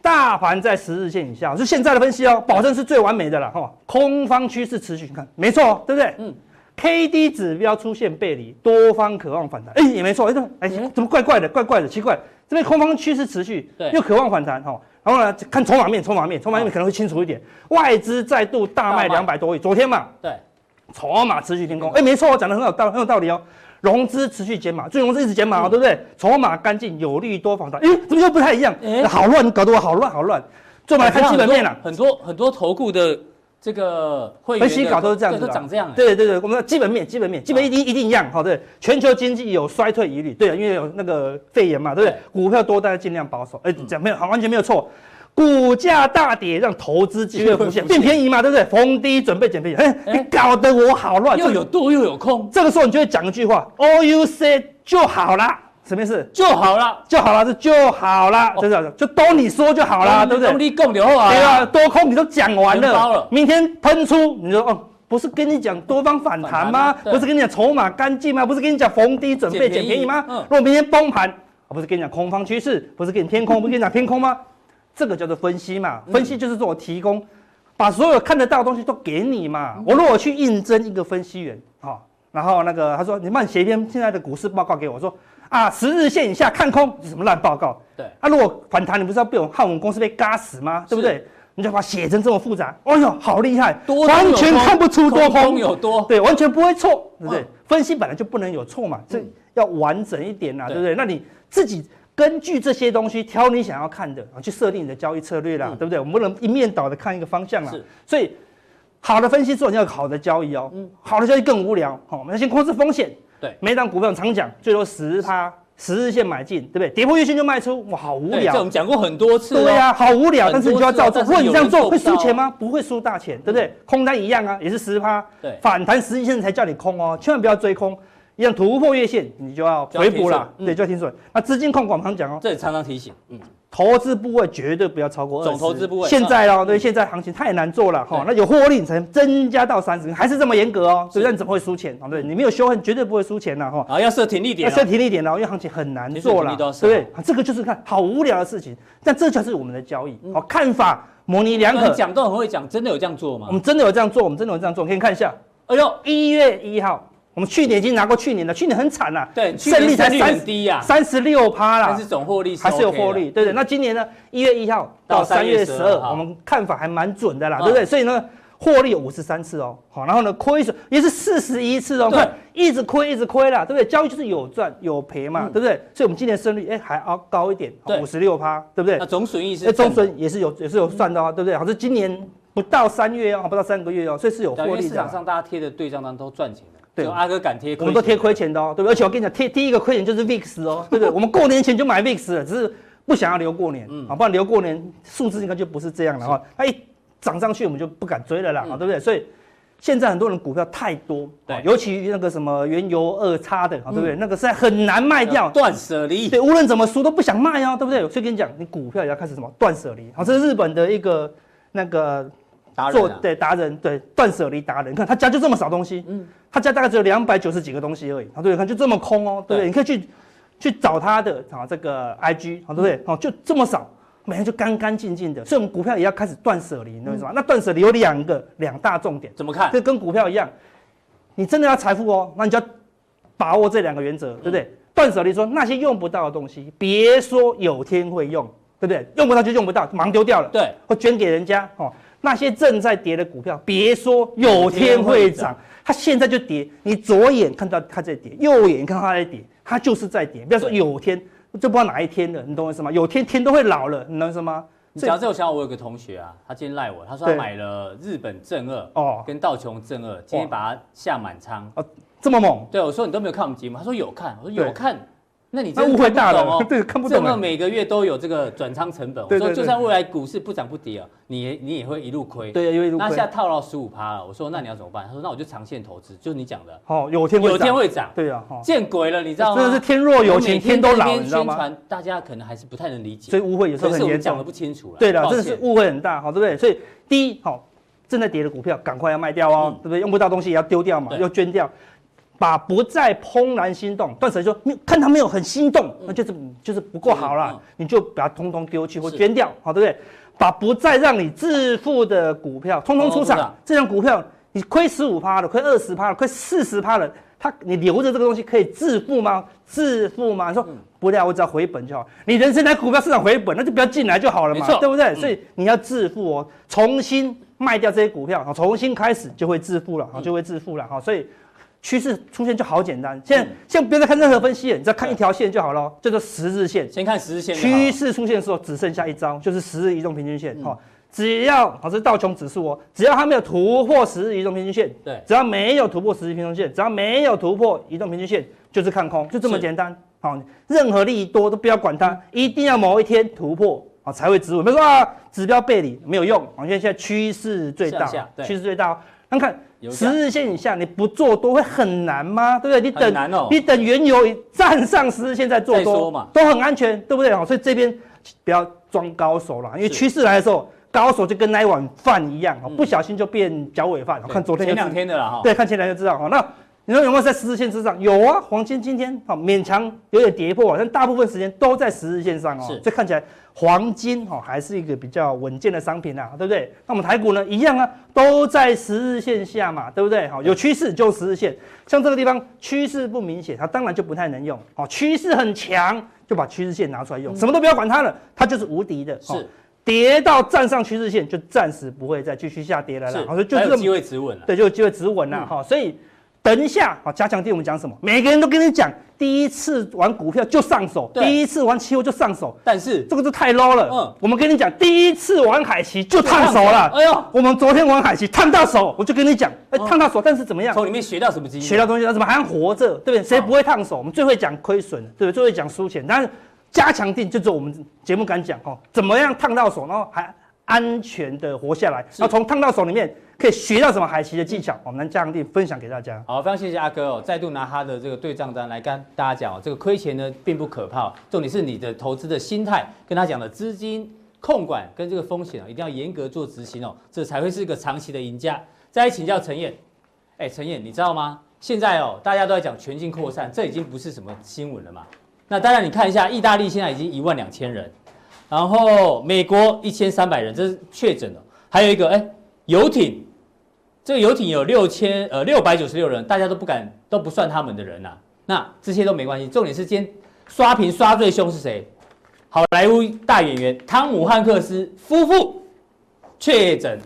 [SPEAKER 4] 大盘在十日线以下，是现在的分析哦，保证是最完美的了哈、哦。空方趋势持续，你看没错哦，对不对？
[SPEAKER 1] 嗯
[SPEAKER 4] 嗯。K D 指标出现背离，多方渴望反弹，哎、也没错，哎、对，哎、怎么怪怪的，怪怪的，奇怪，这边空方趋势持续
[SPEAKER 1] 嗯对，嗯
[SPEAKER 4] 又渴望反弹哈、哦。然后呢，看筹码面，筹码面，筹码面可能会清楚一点。外资再度大卖
[SPEAKER 1] 大
[SPEAKER 4] 两
[SPEAKER 1] 卖
[SPEAKER 4] 百多亿，昨天嘛，
[SPEAKER 1] 对，
[SPEAKER 4] 筹码持续偏空，哎、没错，我讲的很有道，很有道理哦。融资持续减码，最近融资一直减码、哦，对不对？筹码干净，有利多反弹，哎、怎么又不太一样？
[SPEAKER 1] 哎
[SPEAKER 4] 好乱，搞得我好乱，好乱。最后我们来看基本面了、
[SPEAKER 1] 很多很多投顾的这个会员
[SPEAKER 4] 分
[SPEAKER 1] 的
[SPEAKER 4] 析稿都是这样
[SPEAKER 1] 对
[SPEAKER 4] 子
[SPEAKER 1] 都
[SPEAKER 4] 的，
[SPEAKER 1] 长这样，哎
[SPEAKER 4] 对对对，我们的基本面，基本面，基本面一定一定一样，好对。全球经济有衰退疑虑，对，因为有那个肺炎嘛，对不对？股票多单尽量保守，哎，讲没有，好，完全没有错。股价大跌让投资机会浮现，变便宜嘛，对不对？逢低准备捡便宜，哎，
[SPEAKER 1] 哎
[SPEAKER 4] 你搞得我好乱。
[SPEAKER 1] 又
[SPEAKER 4] 啊这
[SPEAKER 1] 有多又有空
[SPEAKER 4] 这个时候你就会讲一句话，all you say 就好啦，什么意思？
[SPEAKER 1] 就好了，
[SPEAKER 4] 就好啦，是就好啦，真的就哦都你说就好啦，对不对
[SPEAKER 1] 用？力供就好啊，
[SPEAKER 4] 对啊，多空你都讲完
[SPEAKER 1] 全包了
[SPEAKER 4] 了，明天喷出你就哦，不是跟你讲多方反弹
[SPEAKER 1] 反弹
[SPEAKER 4] 吗
[SPEAKER 1] 啊？对
[SPEAKER 4] 不是跟你讲筹码干净吗？不是跟你讲逢低准备
[SPEAKER 1] 捡便
[SPEAKER 4] 捡便
[SPEAKER 1] 宜
[SPEAKER 4] 宜吗？
[SPEAKER 1] 嗯
[SPEAKER 4] 如果明天崩盘，啊不是跟你讲空方趋势，不是跟你偏空，不是跟你讲偏空吗？这个叫做分析嘛，
[SPEAKER 1] 嗯
[SPEAKER 4] 分析就是说我提供，把所有看得到的东西都给你嘛。
[SPEAKER 1] 嗯
[SPEAKER 4] 我如果去应征一个分析员，好、然后那个他说你慢写一篇现在的股市报告给我，我说啊十日线以下看空，什么烂报告？
[SPEAKER 1] 对
[SPEAKER 4] 啊，如果反弹，你不是要被我们汉文公司被嘎死吗？对不对？你就把它写成这么复杂，哎呦，好厉害，
[SPEAKER 1] 多中有
[SPEAKER 4] 完全
[SPEAKER 1] 空
[SPEAKER 4] 看不出多
[SPEAKER 1] 空中有多
[SPEAKER 4] 对，完全不会错，对不对？
[SPEAKER 1] 嗯
[SPEAKER 4] 分析本来就不能有错嘛，这要完整一点啦，啊
[SPEAKER 1] 对
[SPEAKER 4] 对不对？那你自己根据这些东西挑你想要看的，啊去设定你的交易策略啦，对不对？我们不能一面倒的看一个方向啦
[SPEAKER 1] 嗯是，
[SPEAKER 4] 所以。好的分析之后，你要有好的交易哦。好的交易更无聊。好、我们要先控制风险。
[SPEAKER 1] 嗯对
[SPEAKER 4] 每一档股票我们常讲，最多十趴，十日线买进，对不对？跌破月线就卖出，哇，好无
[SPEAKER 1] 对，
[SPEAKER 4] 聊。
[SPEAKER 1] 这我们讲过很多次、哦。
[SPEAKER 4] 对呀、啊好无聊，
[SPEAKER 1] 很多
[SPEAKER 4] 但是你就要照
[SPEAKER 1] 次
[SPEAKER 4] 做。
[SPEAKER 1] 啊
[SPEAKER 4] 如果你这样做会
[SPEAKER 1] 但是有人做不到
[SPEAKER 4] 输钱吗？不会输大钱，对不对？空单一样啊，也是十趴
[SPEAKER 1] 对，
[SPEAKER 4] 反弹十一线才叫你空哦，千万不要追空。一样突破月线，你就要回补了，
[SPEAKER 1] 就要停损嗯
[SPEAKER 4] 对，就要停损。那资金控管，我们常讲哦，
[SPEAKER 1] 这里常常提醒，嗯，
[SPEAKER 4] 投资部位绝对不要超过20
[SPEAKER 1] 总投资部位嗯
[SPEAKER 4] 现在哦，对，现在行情太难做了哈、
[SPEAKER 1] 对
[SPEAKER 4] 那有获利你才能增加到三十，还是这么严格哦，对不对？你怎么会输钱？哦，对，你没有修恨，绝对不会输钱呐哈、
[SPEAKER 1] 啊，要设停利
[SPEAKER 4] 要
[SPEAKER 1] 点、哦，
[SPEAKER 4] 设停利点哦，因为行情很难做
[SPEAKER 1] 停损停
[SPEAKER 4] 了，
[SPEAKER 1] 利
[SPEAKER 4] 对
[SPEAKER 1] 都要
[SPEAKER 4] 不
[SPEAKER 1] 设
[SPEAKER 4] 对？啊这个就是看好无聊的事情，但这就是我们的交易，好看法模棱两
[SPEAKER 1] 我们嗯
[SPEAKER 4] 可。
[SPEAKER 1] 讲都很会讲，真的有这样做吗
[SPEAKER 4] 我？们真的有这样做，我们真的有这样做，可以看一下。哎呦，一月一号，我们去年已经拿过去年的，去年很惨啦，
[SPEAKER 1] 对去年
[SPEAKER 4] 胜率才
[SPEAKER 1] 胜率
[SPEAKER 4] 三
[SPEAKER 1] 很低呀啊
[SPEAKER 4] 三十六趴啦
[SPEAKER 1] 但是，总获利是、
[SPEAKER 4] 还
[SPEAKER 1] OK、
[SPEAKER 4] 是有获利，。对不对？那今年呢，一月一号
[SPEAKER 1] 到
[SPEAKER 4] 到
[SPEAKER 1] 3
[SPEAKER 4] 三
[SPEAKER 1] 月12
[SPEAKER 4] 月十二
[SPEAKER 1] 号，
[SPEAKER 4] 我们看法还蛮准的啦，
[SPEAKER 1] 嗯
[SPEAKER 4] 对不对？所以呢，获利有五十三次哦，好，然后呢，亏损也是四十一次哦，
[SPEAKER 1] 对
[SPEAKER 4] 看 <laughs> 一直亏一直亏啦，对不对？交易就是有赚有赔嘛，对不对？所以我们今年胜率哎还高高一点，
[SPEAKER 1] 嗯对
[SPEAKER 4] 五十六趴，对不对
[SPEAKER 1] 那？总损益是
[SPEAKER 4] 哎，中
[SPEAKER 1] 正的
[SPEAKER 4] 损也是有也是有算的哦，对不对？好，这今年不到三月哦，不到三个月哦，所以是有
[SPEAKER 1] 对因
[SPEAKER 4] 获
[SPEAKER 1] 为
[SPEAKER 4] 利
[SPEAKER 1] 市
[SPEAKER 4] 的
[SPEAKER 1] 场
[SPEAKER 4] 啦。
[SPEAKER 1] 上大家贴的对账单都赚钱的，
[SPEAKER 4] 对
[SPEAKER 1] 只有阿哥敢贴亏，
[SPEAKER 4] 我们都贴亏，钱的哦，对不对？而且我跟你讲，贴第一个亏钱就是 VIX 哦，对不对？我们过年前就买 VIX 了，只是不想要留过年，啊，不然留过年数字应该就不是这样了哈。它一涨上去，我们就不敢追了啦，啊，对不对？所以现在很多人股票太多，
[SPEAKER 1] 对
[SPEAKER 4] 啊尤其那个什么原油二差的，啊，对不对？那个实在很难卖掉，
[SPEAKER 1] 断舍离。
[SPEAKER 4] 对，无论怎么输都不想卖啊，对不对？所以跟你讲，你股票也要开始什么断舍离，哦好，这是日本的一个那个
[SPEAKER 1] 达人
[SPEAKER 4] 做
[SPEAKER 1] 啊，
[SPEAKER 4] 对达人，对断舍离达人。你看他家就这么少东西，嗯，他家大概只有两百九十几个东西而已，啊，对，你看就这么空哦，对不
[SPEAKER 1] 对
[SPEAKER 4] 对？你可以去去找他的啊这个 IG，啊，对不对？
[SPEAKER 1] 嗯
[SPEAKER 4] 哦，就这么少。每天就干干净净的，所以我们股票也要开始断舍离，你懂我意思吗？那断舍离有两个两大重点，
[SPEAKER 1] 怎么看？
[SPEAKER 4] 这跟股票一样，你真的要财富哦，那你就要把握这两个原则，对不对？断舍离说那些用不到的东西，别说有天会用，对不对？用不到就用不到，忙丢掉了，
[SPEAKER 1] 对，
[SPEAKER 4] 或捐给人家哦。那些正在跌的股票，别说有天会涨，它现在就跌。你左眼看到它在跌，右眼看到它在跌，它就是在跌。不要说有天，就不知道哪一天了，你懂我意思吗？有天天都会老了，你懂我意思吗？
[SPEAKER 1] 你讲到这，我想到我有个同学啊，他今天赖我，他说他
[SPEAKER 4] 对
[SPEAKER 1] 买了日本正二
[SPEAKER 4] 哦
[SPEAKER 1] 跟道琼正二，今天把它下满仓。
[SPEAKER 4] 这么猛，
[SPEAKER 1] 对，我说你都没有看我们节目，他说有看，我说
[SPEAKER 4] 对
[SPEAKER 1] 有看，那你
[SPEAKER 4] 那
[SPEAKER 1] 真的
[SPEAKER 4] 误会
[SPEAKER 1] 看
[SPEAKER 4] 大
[SPEAKER 1] 不懂
[SPEAKER 4] 了
[SPEAKER 1] 哦，。
[SPEAKER 4] <laughs> 对，看不
[SPEAKER 1] 正
[SPEAKER 4] 懂啊
[SPEAKER 1] 二
[SPEAKER 4] 了。
[SPEAKER 1] 每个月都有这个转仓成本，我
[SPEAKER 4] 对
[SPEAKER 1] 说
[SPEAKER 4] 对
[SPEAKER 1] 就
[SPEAKER 4] 对
[SPEAKER 1] 算未来股市不涨不跌啊，你你也会一路亏。
[SPEAKER 4] 对，因为
[SPEAKER 1] 那
[SPEAKER 4] 误
[SPEAKER 1] 现
[SPEAKER 4] 会
[SPEAKER 1] 在套牢十五趴了，我说那你要怎么办？他说那我就长线投资，就是你讲的，
[SPEAKER 4] 哦，有天会
[SPEAKER 1] 有天
[SPEAKER 4] 涨
[SPEAKER 1] 会涨，
[SPEAKER 4] 对啊，哦，
[SPEAKER 1] 见鬼了，你知道吗？
[SPEAKER 4] 真的是天若有
[SPEAKER 1] 我每
[SPEAKER 4] 情天都
[SPEAKER 1] 在那
[SPEAKER 4] 老，
[SPEAKER 1] 边
[SPEAKER 4] 你知道
[SPEAKER 1] 宣
[SPEAKER 4] 吗？
[SPEAKER 1] 传大家可能还是不太能理解，
[SPEAKER 4] 所以误会有时
[SPEAKER 1] 可是
[SPEAKER 4] 候很
[SPEAKER 1] 我们
[SPEAKER 4] 严
[SPEAKER 1] 讲的
[SPEAKER 4] 重。
[SPEAKER 1] 不清楚了。
[SPEAKER 4] 对了，
[SPEAKER 1] 抱
[SPEAKER 4] 真的
[SPEAKER 1] 歉
[SPEAKER 4] 是误会很大，好，对不对？所以第一，好，正在跌的股票赶快要卖掉哦，
[SPEAKER 1] 嗯
[SPEAKER 4] 对不对？用不到东西也要丢掉嘛，
[SPEAKER 1] 对
[SPEAKER 4] 要捐掉。把不再怦然心动，断舍离说没有看他没有很心动，那就是就是不够好啦，
[SPEAKER 1] 嗯嗯嗯
[SPEAKER 4] 你就把它通通丢弃或
[SPEAKER 1] 是
[SPEAKER 4] 捐掉，好对不对？把不再让你致富的股票通通出
[SPEAKER 1] 通通出
[SPEAKER 4] 场
[SPEAKER 1] 场，
[SPEAKER 4] 这张股票你亏十五趴了，亏二十趴了，亏四十趴了，它你留着这个东西可以致富吗？致富吗？
[SPEAKER 1] 嗯
[SPEAKER 4] 你说不要，我只要回本就好。你人生在股票市场回本，那就不要进来就好了
[SPEAKER 1] 没
[SPEAKER 4] 嘛
[SPEAKER 1] 错，
[SPEAKER 4] 对不对？
[SPEAKER 1] 嗯
[SPEAKER 4] 所以你要致富哦，重新卖掉这些股票，好哦重新开始就会致富了，好哦
[SPEAKER 1] 嗯
[SPEAKER 4] 就会致富了，好，所以。趋势出现就好简单，现在
[SPEAKER 1] 嗯
[SPEAKER 4] 现在不要再看任何分析了，你只要看一条线就好了，叫做十日线。
[SPEAKER 1] 先看十日线就好嗯了
[SPEAKER 4] 趋势出现的时候，只剩下一张，就是十日移动平均线。哈、只要好这是道琼指数哦，只要它没有突破十日移动平均线，
[SPEAKER 1] 对
[SPEAKER 4] 只要没有突破十日平均线，只要没有突破移动平均线，就是看空，就这么
[SPEAKER 1] 是嗯
[SPEAKER 4] 简单。好、任何利多都不要管它，一定要某一天突破。啊，才会止稳。比如说啊，指标背离没有用，啊，因为现在趋势最大
[SPEAKER 1] 向下，对
[SPEAKER 4] 趋势最大哦。那看
[SPEAKER 1] 油
[SPEAKER 4] 十
[SPEAKER 1] 价
[SPEAKER 4] 日线以下，你不做多会很难吗？对不对？你
[SPEAKER 1] 很
[SPEAKER 4] 等，
[SPEAKER 1] 难哦
[SPEAKER 4] 你等原油站上十日线再做
[SPEAKER 1] 再说
[SPEAKER 4] 多
[SPEAKER 1] 嘛
[SPEAKER 4] 哦都很安全，对不对？好，所以这边不要装高手了，因为
[SPEAKER 1] 是嗯
[SPEAKER 4] 趋势来的时候，高手就跟那一碗饭一样，哦不小心就变脚尾饭。哦看昨天就
[SPEAKER 1] 前
[SPEAKER 4] 知
[SPEAKER 1] 两天的了哈，
[SPEAKER 4] 对，看前两天就知道哈。那你说有没有在十日线之上？有啊，黄金今天哈勉强有点跌破，但大部分时间都在十日线上哦
[SPEAKER 1] 是。
[SPEAKER 4] 这看起来黄金哦还是一个比较稳健的商品啊，对不对？那我们台股呢一样啊，都在十日线下嘛，对不对？好，有趋势就十日线，像这个地方趋势不明显，它当然就不太能用。哦，趋势很强就把趋势线拿出来用，什么都不要管它了，它就是无敌的。哦
[SPEAKER 1] 嗯是，
[SPEAKER 4] 跌到站上趋势线就暂时不会再继续下跌了啦。
[SPEAKER 1] 是，
[SPEAKER 4] 好所以就
[SPEAKER 1] 还
[SPEAKER 4] 这
[SPEAKER 1] 有
[SPEAKER 4] 么
[SPEAKER 1] 机会止稳了。
[SPEAKER 4] 对，就有机会止稳
[SPEAKER 1] 嗯
[SPEAKER 4] 了哈、所以等一下，好，加强地我们讲什么？每个人都跟你讲，第一次玩股票就上手，
[SPEAKER 1] 对
[SPEAKER 4] 第一次玩期货就上手，
[SPEAKER 1] 但是
[SPEAKER 4] 这个就太 low 了。
[SPEAKER 1] 嗯
[SPEAKER 4] 我们跟你讲，第一次玩海奇就烫手了。
[SPEAKER 1] 哎呦，嗯
[SPEAKER 4] 我们昨天玩海奇烫到手，我就跟你讲，哎、烫到手，但是怎么样？
[SPEAKER 1] 从里面学到什么经验？
[SPEAKER 4] 学到东西，那怎么还活着？对不对？谁不会烫手？我们最会讲亏损，对不对？最会讲输钱，但是加强定就只有我们节目敢讲哦，怎么样烫到手，然后还安全的活下来，然后从烫到手里面可以学到什么海奇的技巧，我们来加强定分享给大家。
[SPEAKER 1] 好，非常谢谢阿哥哦，再度拿他的这个对账单来跟大家讲哦，这个亏钱呢并不可怕哦，重点是你的投资的心态，跟他讲的资金控管跟这个风险哦，一定要严格做执行哦，这才会是一个长期的赢家。再来请教陈燕，哎，陈燕，你知道吗？现在哦，大家都在讲全境扩散，这已经不是什么新闻了嘛。那当然，你看一下，意大利现在已经一万两千人，然后美国一千三百人，这是确诊的。还有一个，哎，游艇，这个游艇有六千呃六百九十六人，大家都不敢都不算他们的人呐、啊那这些都没关系，重点是今天刷屏刷最凶是谁？好莱坞大演员汤姆汉克斯夫妇确诊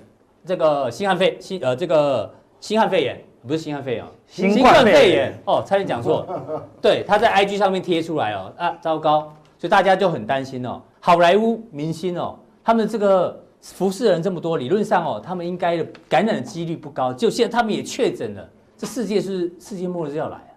[SPEAKER 1] 这个新汉肺新呃这个新汉肺炎不是新汉肺炎哦，
[SPEAKER 3] 新冠肺炎
[SPEAKER 1] 哦，差点讲错。
[SPEAKER 3] <laughs>
[SPEAKER 1] 对，他在 IG 上面贴出来哦，啊，糟糕，所以大家就很担心哦。好莱坞明星哦，他们这个服侍人这么多，理论上哦，他们应该的感染的几率不高，就现在他们也确诊了，这世界是世界末日要来啊！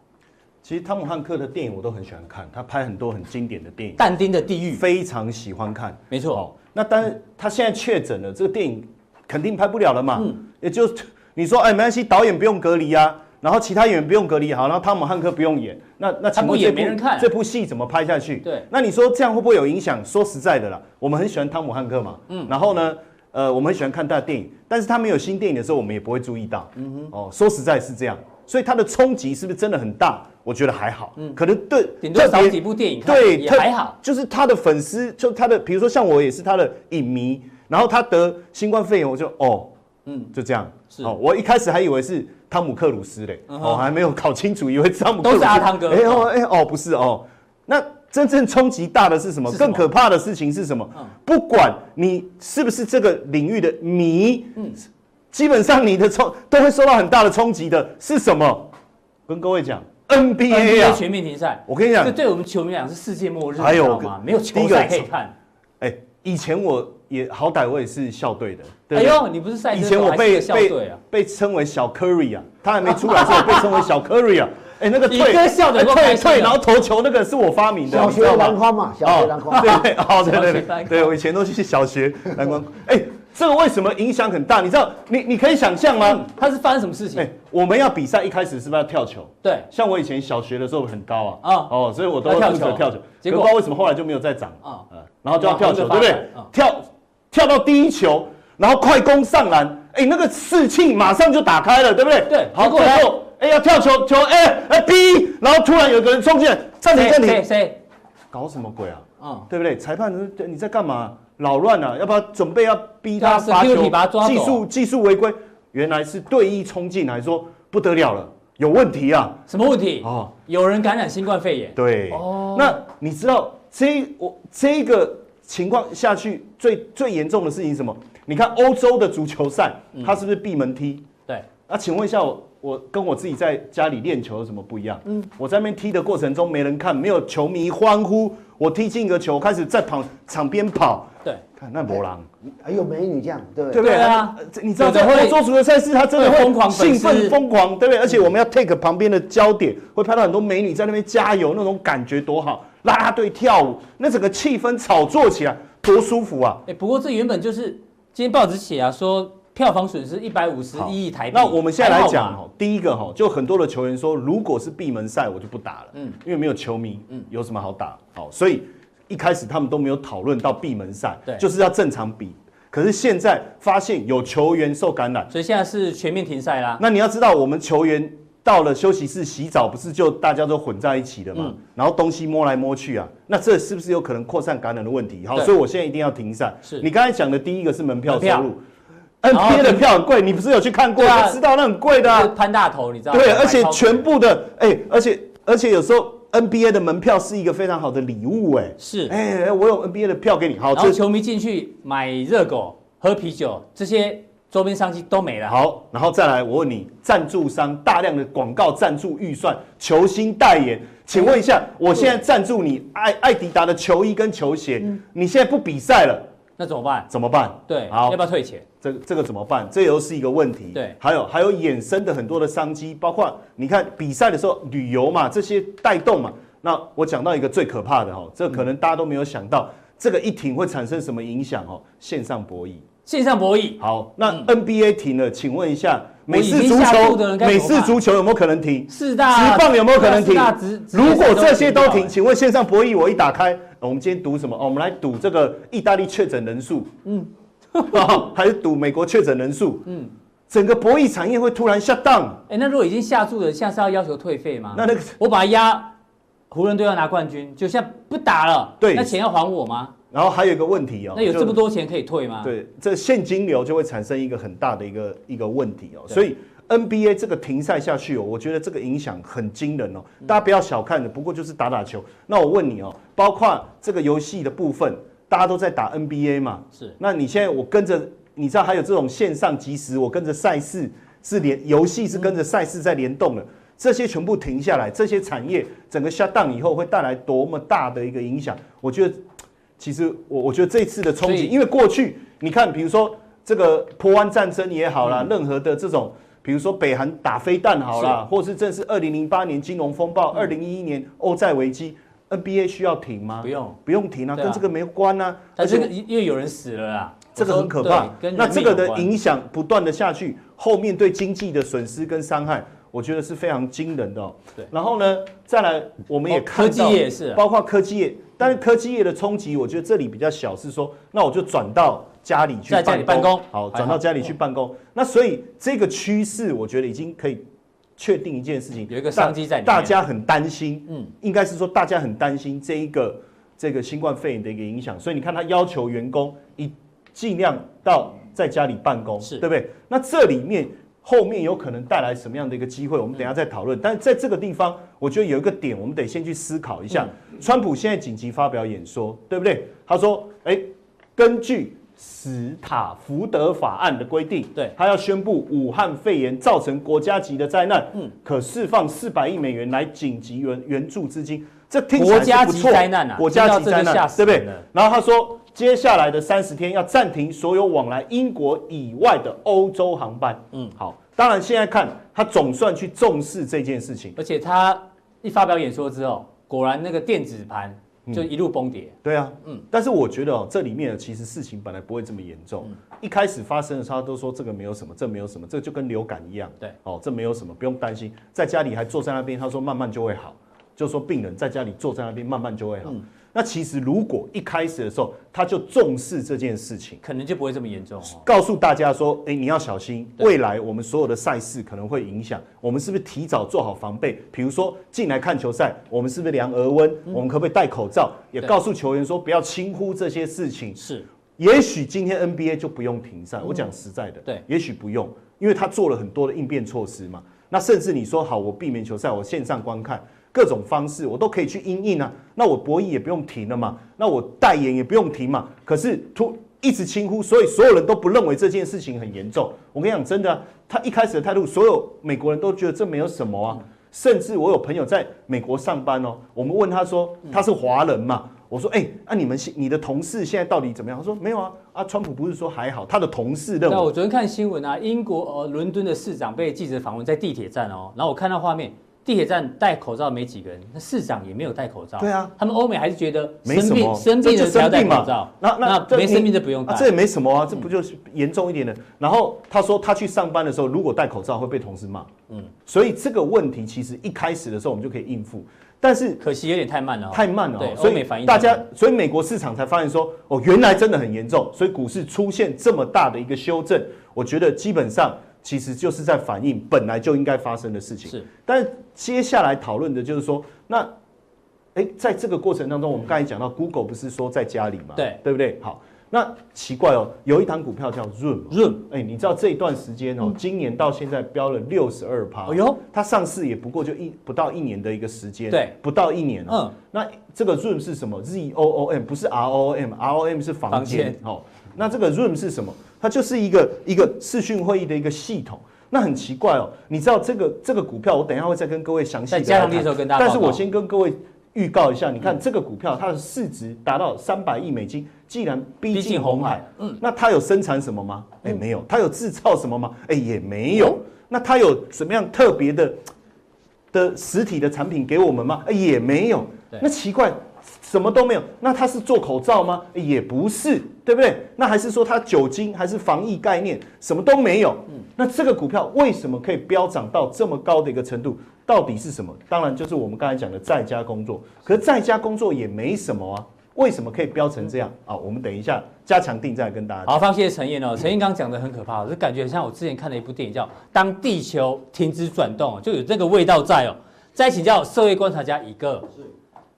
[SPEAKER 3] 其实汤姆汉克的电影我都很喜欢看，他拍很多很经典的电影，
[SPEAKER 1] 但丁的地狱，
[SPEAKER 3] 非常喜欢看。
[SPEAKER 1] 没错
[SPEAKER 3] 哦，那当然他现在确诊了，这个电影肯定拍不了了嘛。
[SPEAKER 1] 嗯
[SPEAKER 3] 也就你说，哎，没关系，导演不用隔离啊，然后其他演员不用隔离，好，然后汤姆汉克不用演，那那
[SPEAKER 1] 他
[SPEAKER 3] 请
[SPEAKER 1] 不
[SPEAKER 3] 问
[SPEAKER 1] 演
[SPEAKER 3] 这部
[SPEAKER 1] 没人看
[SPEAKER 3] 这部戏怎么拍下去？
[SPEAKER 1] 对
[SPEAKER 3] 那你说这样会不会有影响？说实在的啦，我们很喜欢汤姆汉克嘛，
[SPEAKER 1] 嗯
[SPEAKER 3] 嗯，然后呢？呃，我们很喜欢看他的电影，但是他没有新电影的时候，我们也不会注意到。嗯哼，哦，说实在是这样，所以它的冲击是不是真的很大？我觉得还好，可能对
[SPEAKER 1] 嗯顶多
[SPEAKER 3] 特别
[SPEAKER 1] 少几部电影看，
[SPEAKER 3] 对，
[SPEAKER 1] 也
[SPEAKER 3] 特
[SPEAKER 1] 还好。，
[SPEAKER 3] 就是他的粉丝，就他的，比如说像我也是他的影迷，然后他得新冠肺炎，我就哦，
[SPEAKER 1] 嗯
[SPEAKER 3] 嗯，就这样。
[SPEAKER 1] 是
[SPEAKER 3] 哦，我一开始还以为是汤姆克鲁斯嘞，
[SPEAKER 1] 嗯
[SPEAKER 3] 哦，
[SPEAKER 1] 哼
[SPEAKER 3] 还没有搞清楚，以为是汤姆克
[SPEAKER 1] 都
[SPEAKER 3] 鲁
[SPEAKER 1] 是
[SPEAKER 3] 斯。
[SPEAKER 1] 阿汤哥
[SPEAKER 3] 哎哦哎哦，不是哦，那真正冲击大的是什么？
[SPEAKER 1] 是什么
[SPEAKER 3] 更可怕的事情是什么
[SPEAKER 1] 嗯？
[SPEAKER 3] 不管你是不是这个领域的迷，
[SPEAKER 1] 嗯
[SPEAKER 3] 基本上你的冲都会受到很大的冲击的是什么？跟各位讲 NBA 啊
[SPEAKER 1] NBA，全面停赛，
[SPEAKER 3] 我跟你讲
[SPEAKER 1] 这，对我们球迷来讲是世界末日，
[SPEAKER 3] 还有
[SPEAKER 1] 你知道吗？
[SPEAKER 3] 跟
[SPEAKER 1] 没有
[SPEAKER 3] 第
[SPEAKER 1] 球
[SPEAKER 3] 一个
[SPEAKER 1] 赛可以看。
[SPEAKER 3] 哎，以前我也好歹我也是校队的，对
[SPEAKER 1] 哎
[SPEAKER 3] 不对？
[SPEAKER 1] 呦，你不是赛车
[SPEAKER 3] 以
[SPEAKER 1] 手
[SPEAKER 3] 前我
[SPEAKER 1] 还是
[SPEAKER 3] 被
[SPEAKER 1] 个校队
[SPEAKER 3] 被
[SPEAKER 1] 啊，
[SPEAKER 3] 被称为小 Curry 啊，他还没出来的时候被称为小 Curry 啊，哎，那个
[SPEAKER 1] 你哥
[SPEAKER 3] 退
[SPEAKER 1] 笑得够开
[SPEAKER 3] 退
[SPEAKER 1] 心啊
[SPEAKER 3] 退，然后投球那个是我发明的，
[SPEAKER 2] 小
[SPEAKER 3] 你知道
[SPEAKER 2] 学
[SPEAKER 3] 吗
[SPEAKER 2] 篮筐
[SPEAKER 1] 哦
[SPEAKER 2] 嘛，小学篮筐。
[SPEAKER 3] 对对， <laughs> 哦，对对
[SPEAKER 1] 小学篮
[SPEAKER 3] 对，
[SPEAKER 1] 筐
[SPEAKER 3] 对我以前都去小学蓝光，哎，这个为什么影响很大？你知道，你你可以想象吗
[SPEAKER 1] 嗯？他是发生什么事情
[SPEAKER 3] 哎？，我们要比赛一开始是不是要跳球？
[SPEAKER 1] 对，
[SPEAKER 3] 像我以前小学的时候很高啊，
[SPEAKER 1] 啊
[SPEAKER 3] 哦，所以我都
[SPEAKER 1] 要
[SPEAKER 3] 负
[SPEAKER 1] 跳球
[SPEAKER 3] 责跳球，
[SPEAKER 1] 结
[SPEAKER 3] 结
[SPEAKER 1] 果
[SPEAKER 3] 果不知道为什么后来就没有再长
[SPEAKER 1] 啊
[SPEAKER 3] 啊，呃然后就要跳球，对不
[SPEAKER 1] 往横着
[SPEAKER 3] 对
[SPEAKER 1] 发展啊？
[SPEAKER 3] 跳跳到第一球，然后快攻上篮，哎，那个士气马上就打开了，对不对？
[SPEAKER 1] 对
[SPEAKER 3] 好，
[SPEAKER 1] 结果
[SPEAKER 3] 最
[SPEAKER 1] 呢
[SPEAKER 3] 后哎要跳球球，哎哎逼，然后突然有个人冲进来，暂停
[SPEAKER 1] 谁
[SPEAKER 3] 暂
[SPEAKER 1] 谁
[SPEAKER 3] 停，
[SPEAKER 1] 谁？
[SPEAKER 3] 搞什么鬼啊？
[SPEAKER 1] 嗯，
[SPEAKER 3] 对不对？裁判说你在干嘛？扰乱啊了、要不要准备要逼他
[SPEAKER 1] 对啊
[SPEAKER 3] 罚
[SPEAKER 1] security
[SPEAKER 3] 球？
[SPEAKER 1] 把他抓走
[SPEAKER 3] 技术技术违规，原来是队医冲进来说不得了了，有问题啊！
[SPEAKER 1] 什么问题？
[SPEAKER 3] 哦，
[SPEAKER 1] 有人感染新冠肺炎。
[SPEAKER 3] 对，
[SPEAKER 1] 哦
[SPEAKER 3] 那你知道这我这个情况下去最最严重的事情是什么？你看欧洲的足球赛，
[SPEAKER 1] 嗯
[SPEAKER 3] 它是不是闭门踢？
[SPEAKER 1] 对，
[SPEAKER 3] 那、请问一下我，我跟我自己在家里练球有什么不一样？嗯，我在那边踢的过程中没人看，没有球迷欢呼，我踢进一个球，开始在旁场边跑，
[SPEAKER 1] 对，
[SPEAKER 3] 看那博狼，
[SPEAKER 2] 还有哎美女这样，对不
[SPEAKER 3] 对
[SPEAKER 2] 对？
[SPEAKER 3] 不对？
[SPEAKER 1] 对啊
[SPEAKER 3] 呃这你知道
[SPEAKER 1] 有的
[SPEAKER 3] 在
[SPEAKER 1] 会
[SPEAKER 3] 欧洲足球赛事，他真的
[SPEAKER 1] 会
[SPEAKER 3] 会
[SPEAKER 1] 疯狂粉丝
[SPEAKER 3] 兴奋疯狂，对不对？而且我们要 take 旁边的焦点，会拍到很多美女在那边加油，那种感觉多好！啦啦队跳舞，那整个气氛炒作起来多舒服啊！
[SPEAKER 1] 哎，不过这原本就是今天报纸写啊，说票房损失一百五十
[SPEAKER 3] 好
[SPEAKER 1] 一亿台币。
[SPEAKER 3] 那我们现在来讲
[SPEAKER 1] 还好嘛，
[SPEAKER 3] 哦，第一个哈，就很多的球员说，如果是闭门赛，我就不打了，
[SPEAKER 1] 嗯
[SPEAKER 3] 嗯，因为没有球迷，
[SPEAKER 1] 嗯
[SPEAKER 3] 嗯，有什么好打？好，所以一开始他们都没有讨论到闭门赛
[SPEAKER 1] 对，
[SPEAKER 3] 就是要正常比。可是现在发现有球员受感染，
[SPEAKER 1] 所以现在是全面停赛啦。
[SPEAKER 3] 那你要知道，我们球员到了休息室洗澡，不是就大家都混在一起了嘛？
[SPEAKER 1] 嗯
[SPEAKER 3] 然后东西摸来摸去啊，那这是不是有可能扩散感染的问题？好，
[SPEAKER 1] 对
[SPEAKER 3] 所以我现在一定要停赛。
[SPEAKER 1] 是
[SPEAKER 3] 你刚才讲的第一个是门票
[SPEAKER 1] 门票
[SPEAKER 3] 收入
[SPEAKER 1] 后
[SPEAKER 3] ，NBA 的票很贵，你不是有去看过？
[SPEAKER 1] 对啊
[SPEAKER 3] 你知道那很贵的、
[SPEAKER 1] 就是
[SPEAKER 3] 啊。
[SPEAKER 1] 潘大头，你知道吗？
[SPEAKER 3] 对，而且
[SPEAKER 1] 买超
[SPEAKER 3] 全部的，哎、而且而且有时候 NBA 的门票是一个非常好的礼物、哎，
[SPEAKER 1] 是
[SPEAKER 3] 哎、哎我有 NBA 的票给你，好，
[SPEAKER 1] 然后
[SPEAKER 3] 这
[SPEAKER 1] 球迷进去买热狗、喝啤酒，这些周边商机都没了。，
[SPEAKER 3] 哎好，然后再来，我问你，赞助商大量的广告赞助预算、球星代言，请问一下，我现在赞助你艾艾迪达的球衣跟球鞋，你现在不比赛了，
[SPEAKER 1] 那怎么办？
[SPEAKER 3] 怎么办？
[SPEAKER 1] 嗯对，要
[SPEAKER 3] 好
[SPEAKER 1] 不，要退钱？
[SPEAKER 3] 这个这个怎么办？这又是一个问题。
[SPEAKER 1] 对
[SPEAKER 3] 还有还有衍生的很多的商机，包括你看比赛的时候旅游嘛，这些带动嘛。那我讲到一个最可怕的哦，这可能大家都没有想到，这个一停会产生什么影响哦？线上博弈。
[SPEAKER 1] 线上博弈，
[SPEAKER 3] 好，那 NBA 停了，请问一下，
[SPEAKER 1] 嗯我
[SPEAKER 3] 美
[SPEAKER 1] 已
[SPEAKER 3] 式
[SPEAKER 1] 经
[SPEAKER 3] 足
[SPEAKER 1] 下步的人
[SPEAKER 3] 球，
[SPEAKER 1] 该怎
[SPEAKER 3] 美
[SPEAKER 1] 么
[SPEAKER 3] 式
[SPEAKER 1] 办
[SPEAKER 3] 足球有没有可能停？
[SPEAKER 1] 四大
[SPEAKER 3] 直棒有没有可能停
[SPEAKER 1] 四大直直
[SPEAKER 3] 如果这些都
[SPEAKER 1] 直
[SPEAKER 3] 停，
[SPEAKER 1] 接
[SPEAKER 3] 请问线上博弈，我一打开，呃我们今天赌什么？哦，我们来赌这个意大利确诊人数，嗯，还是赌美国确诊人数？嗯，整个博弈产业会突然 shut down。
[SPEAKER 1] 哎、那如果已经下注的，现在是要要求退费吗？
[SPEAKER 3] 那那个
[SPEAKER 1] 我把它压湖人队要拿冠军，就现在不打了，
[SPEAKER 3] 对
[SPEAKER 1] 那钱要还我吗？
[SPEAKER 3] 然后还有一个问题哦，
[SPEAKER 1] 那有
[SPEAKER 3] 就
[SPEAKER 1] 这么多钱可以退吗？，
[SPEAKER 3] 对，这现金流就会产生一个很大的一个一个问题哦。所以 NBA 这个停赛下去哦，我觉得这个影响很惊人哦，大家不要小看的。不过就是打打球。那我问你哦，包括这个游戏的部分，大家都在打 NBA 嘛？
[SPEAKER 1] 是。
[SPEAKER 3] 那你现在我跟着，你知道还有这种线上即时，我跟着赛事是联游戏是跟着赛事在联动的。
[SPEAKER 1] 嗯
[SPEAKER 3] 这些全部停下来，这些产业整个下档以后会带来多么大的一个影响？我觉得其实我我觉得这次的冲
[SPEAKER 1] 所
[SPEAKER 3] 击，
[SPEAKER 1] 以
[SPEAKER 3] 因为过去你看，比如说这个波湾战争也好
[SPEAKER 1] 嗯
[SPEAKER 3] 啦，任何的这种，比如说北韩打飞弹好啦，或是正是二零零八年金融风
[SPEAKER 1] 嗯
[SPEAKER 3] 暴、二零一一年欧债危机，NBA 需要停吗？
[SPEAKER 1] 不用，
[SPEAKER 3] 不用停啊，
[SPEAKER 1] 对啊
[SPEAKER 3] 跟这个没关啊。
[SPEAKER 1] 但
[SPEAKER 3] 而
[SPEAKER 1] 这
[SPEAKER 3] 且
[SPEAKER 1] 个因为有人死了啦，
[SPEAKER 3] 这个很可
[SPEAKER 1] 我
[SPEAKER 3] 怕
[SPEAKER 1] 说对跟。
[SPEAKER 3] 那
[SPEAKER 1] 人命
[SPEAKER 3] 这个
[SPEAKER 1] 有
[SPEAKER 3] 的
[SPEAKER 1] 关
[SPEAKER 3] 影响不断的下去，后面对经济的损失跟伤害，我觉得是非常惊人的、哦。
[SPEAKER 1] 对
[SPEAKER 3] 然后呢，再来我们也
[SPEAKER 1] 哦
[SPEAKER 3] 看到，
[SPEAKER 1] 科技业也是啊
[SPEAKER 3] 包括科技业，但是科技业的冲击，我觉得这里比较小，是说，那我就转到家里去
[SPEAKER 1] 在家里办公
[SPEAKER 3] 好，
[SPEAKER 1] 还好
[SPEAKER 3] 转到家里去办公。那所以这个趋势，我觉得已经可以确定一件事情，
[SPEAKER 1] 有一个
[SPEAKER 3] 大
[SPEAKER 1] 商机在里面
[SPEAKER 3] 大家很担心，
[SPEAKER 1] 嗯
[SPEAKER 3] 嗯，应该是说大家很担心这一个这个新冠肺炎的一个影响，所以你看他要求员工一尽量到在家里办公，
[SPEAKER 1] 是
[SPEAKER 3] 对不对？那这里面后面有可能带来什么样的一个机会，我们等一下再讨论。但是在这个地方，我觉得有一个点，我们得先去思考一下。
[SPEAKER 1] 嗯
[SPEAKER 3] 川普现在紧急发表演说，对不对？他说，哎，根据史塔福德法案的规定，
[SPEAKER 1] 对
[SPEAKER 3] 他要宣布武汉肺炎造成国家级的灾难，嗯，可释放四百亿美元来紧急援援助资金，这听起来
[SPEAKER 1] 国家
[SPEAKER 3] 是不
[SPEAKER 1] 级
[SPEAKER 3] 错
[SPEAKER 1] 灾难啊
[SPEAKER 3] 国家
[SPEAKER 1] 听到
[SPEAKER 3] 级
[SPEAKER 1] 这
[SPEAKER 3] 灾
[SPEAKER 1] 就吓
[SPEAKER 3] 难，
[SPEAKER 1] 死
[SPEAKER 3] 对不对
[SPEAKER 1] 人了？
[SPEAKER 3] 然后他说，接下来的三十天要暂停所有往来英国以外的欧洲航班，嗯，好，当然现在看他总算去重视这件事情，
[SPEAKER 1] 而且他一发表演说之后，果然那个电子盘
[SPEAKER 3] 嗯
[SPEAKER 1] 就一路崩跌。
[SPEAKER 3] 对啊，
[SPEAKER 1] 嗯
[SPEAKER 3] 嗯，但是我觉得哦，这里面其实事情本来不会这么严重。一开始发生的时候，他都说这个没有什么，这没有什么，这就跟流感一样。
[SPEAKER 1] 对，
[SPEAKER 3] 哦，这没有什么，不用担心，在家里还坐在那边，他说慢慢就会好，就说病人在家里坐在那边慢慢就会好。那其实如果一开始的时候他就重视这件事情，
[SPEAKER 1] 可能就不会这么严重哦。
[SPEAKER 3] 告诉大家说，哎、你要小心，
[SPEAKER 1] 对
[SPEAKER 3] 未来我们所有的赛事可能会影响，我们是不是提早做好防备？比如说进来看球赛，我们是不是量额温？我们可不可以戴口罩？也
[SPEAKER 1] 嗯对
[SPEAKER 3] 告诉球员说不要轻忽这些事情。
[SPEAKER 1] 是，嗯
[SPEAKER 3] 也许今天 NBA 就不用停赛，我讲实在的，
[SPEAKER 1] 对
[SPEAKER 3] 也许不用，因为他做了很多的应变措施嘛。那甚至你说好，我避免球赛，我线上观看各种方式，我都可以去应应啊。那我博弈也不用停了嘛，那我代言也不用停嘛。可是突一直轻忽，所以所有人都不认为这件事情很严重。我跟你讲，真的啊、他一开始的态度，所有美国人都觉得这没有什么啊。
[SPEAKER 1] 嗯
[SPEAKER 3] 甚至我有朋友在美国上班哦，我们问他说
[SPEAKER 1] 嗯
[SPEAKER 3] 他是华人嘛，我说哎，那、你们现你的同事现在到底怎么样？他说没有啊，啊，川普不是说还好，他的同事认
[SPEAKER 1] 那
[SPEAKER 3] 为
[SPEAKER 1] 我昨天看新闻啊，英国呃伦敦的市长被记者访问在地铁站哦，然后我看到画面，地铁站戴口罩没几个人，那市长也没有戴口罩。
[SPEAKER 3] 对啊，
[SPEAKER 1] 他们欧美还是觉得
[SPEAKER 3] 没
[SPEAKER 1] 生
[SPEAKER 3] 什
[SPEAKER 1] 病
[SPEAKER 3] 么，
[SPEAKER 1] 生病
[SPEAKER 3] 这
[SPEAKER 1] 的
[SPEAKER 3] 就
[SPEAKER 1] 才要
[SPEAKER 3] 生
[SPEAKER 1] 戴
[SPEAKER 3] 病
[SPEAKER 1] 口
[SPEAKER 3] 嘛
[SPEAKER 1] 罩，。
[SPEAKER 3] 那那这
[SPEAKER 1] 没
[SPEAKER 3] 你
[SPEAKER 1] 生病的不用戴。嗯
[SPEAKER 3] 啊这也没什么啊，这不就是严重一点的？然后他说他去上班的时候，如果戴口罩会被同事骂。嗯，所以这个问题其实一开始的时候我们就可以应付，但是
[SPEAKER 1] 可惜有点太慢了、哦，
[SPEAKER 3] 太慢了、
[SPEAKER 1] 对
[SPEAKER 3] 哦，所
[SPEAKER 1] 欧美
[SPEAKER 3] 以
[SPEAKER 1] 反应
[SPEAKER 3] 大
[SPEAKER 1] 太
[SPEAKER 3] 家
[SPEAKER 1] 慢，
[SPEAKER 3] 所以美国市场才发现说，哦，原来真的很严重，所以股市出现这么大的一个修正，我觉得基本上其实就是在反映本来就应该发生的事情。
[SPEAKER 1] 是
[SPEAKER 3] 但是接下来讨论的就是说，那，哎，在这个过程当中，我们刚才讲到，Google 不是说在家里嘛，
[SPEAKER 1] 对
[SPEAKER 3] 对不对？好，那奇怪哦，有一档股票叫 Zoom，
[SPEAKER 1] Zoom
[SPEAKER 3] 哎，你知道这一段时间哦，今年到现在飙了六十二趴，
[SPEAKER 1] 嗯哎呦，
[SPEAKER 3] 它上市也不过就一不到一年的一个时间，
[SPEAKER 1] 对，
[SPEAKER 3] 不到一年哦。
[SPEAKER 1] 嗯
[SPEAKER 3] 那这个 Zoom 是什么？Z O O M 不是 R O M，R O M 是房
[SPEAKER 1] 房
[SPEAKER 3] 间
[SPEAKER 1] 间
[SPEAKER 3] 哦。那这个 Zoom 是什么？它就是一个一个视讯会议的一个系统。那很奇怪哦，你知道这个这个股票，我等一下会再跟各位详细
[SPEAKER 1] 在
[SPEAKER 3] 的
[SPEAKER 1] 加强力的时候跟大家
[SPEAKER 3] 但是
[SPEAKER 1] 报告嗯
[SPEAKER 3] 我先跟各位预告一下，你看这个股票它的市值达到三百亿美金，既然逼
[SPEAKER 1] 逼
[SPEAKER 3] 近
[SPEAKER 1] 近
[SPEAKER 3] 红
[SPEAKER 1] 红
[SPEAKER 3] 海
[SPEAKER 1] 海，嗯
[SPEAKER 3] 嗯，那它有生产什么吗？哎，没有。它有制造什么吗？哎，也没有。那它有什么样特别的的实体的产品给我们吗？哎，也没有
[SPEAKER 1] 对。
[SPEAKER 3] 那奇怪，什么都没有。那它是做口罩吗？哎也不是，对不对？那还是说它酒精还是防疫概念，什么都没有。那这个股票为什么可以飙涨到这么高的一个程度？到底是什么？当然就是我们刚才讲的在家工作。可是在家工作也没什么啊，为什么可以飙成这样啊？我们等一下加强定再跟大家讲。
[SPEAKER 1] 好，非常谢谢陈燕哦。陈燕刚刚讲的很可怕，就感觉很像我之前看的一部电影叫《当地球停止转动》哦，就有这个味道在哦。再请教社会观察家一个，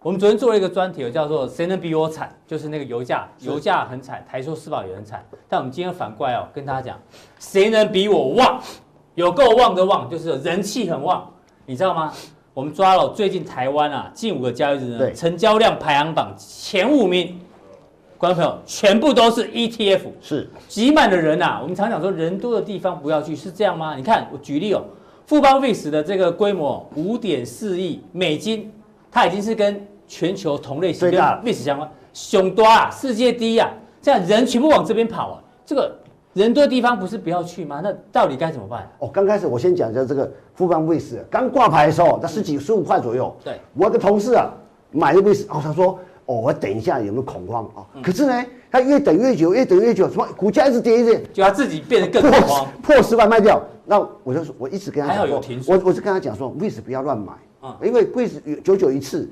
[SPEAKER 1] 我们昨天做了一个专题哦，叫做“谁能比我惨”，就是那个油价，油价很惨，台塑、四宝也很惨。但我们今天反过来哦，跟大家讲，谁能比我旺？有够旺的旺，就是人气很旺，你知道吗？我们抓了最近台湾啊，近五个交易日呢，
[SPEAKER 2] 对
[SPEAKER 1] 成交量排行榜前五名，观众朋友全部都是 E ETF。
[SPEAKER 2] 是
[SPEAKER 1] 挤满的人呐、我们常讲说人多的地方不要去，是这样吗？你看，我举例哦，富邦 VIX 的这个规模五点四亿美金，它已经是跟全球同类型
[SPEAKER 2] 最
[SPEAKER 1] 跟
[SPEAKER 2] 大
[SPEAKER 1] VIX 相关，熊多啊，世界第一啊，这样人全部往这边跑啊，这个人多的地方不是不要去吗？那到底该怎么办？啊
[SPEAKER 2] 哦，刚开始我先讲一下这个富邦卫士，刚挂牌的时候，它十几十五块左右。
[SPEAKER 1] 对
[SPEAKER 2] 我有个同事啊，买了卫士，哦，他说，哦，我等一下有没有恐慌啊、可是呢，他越等越久，越等越久，什么股价一直跌，一直跌
[SPEAKER 1] 就他自己变得更
[SPEAKER 2] 破
[SPEAKER 1] 恐慌。
[SPEAKER 2] 破十万卖掉。那我就说，我一直跟他
[SPEAKER 1] 还好
[SPEAKER 2] 讲
[SPEAKER 1] 有
[SPEAKER 2] 说
[SPEAKER 1] 停，损
[SPEAKER 2] 我我是跟他讲说，卫士不要乱买
[SPEAKER 1] 嗯，
[SPEAKER 2] 因为卫士九九一次，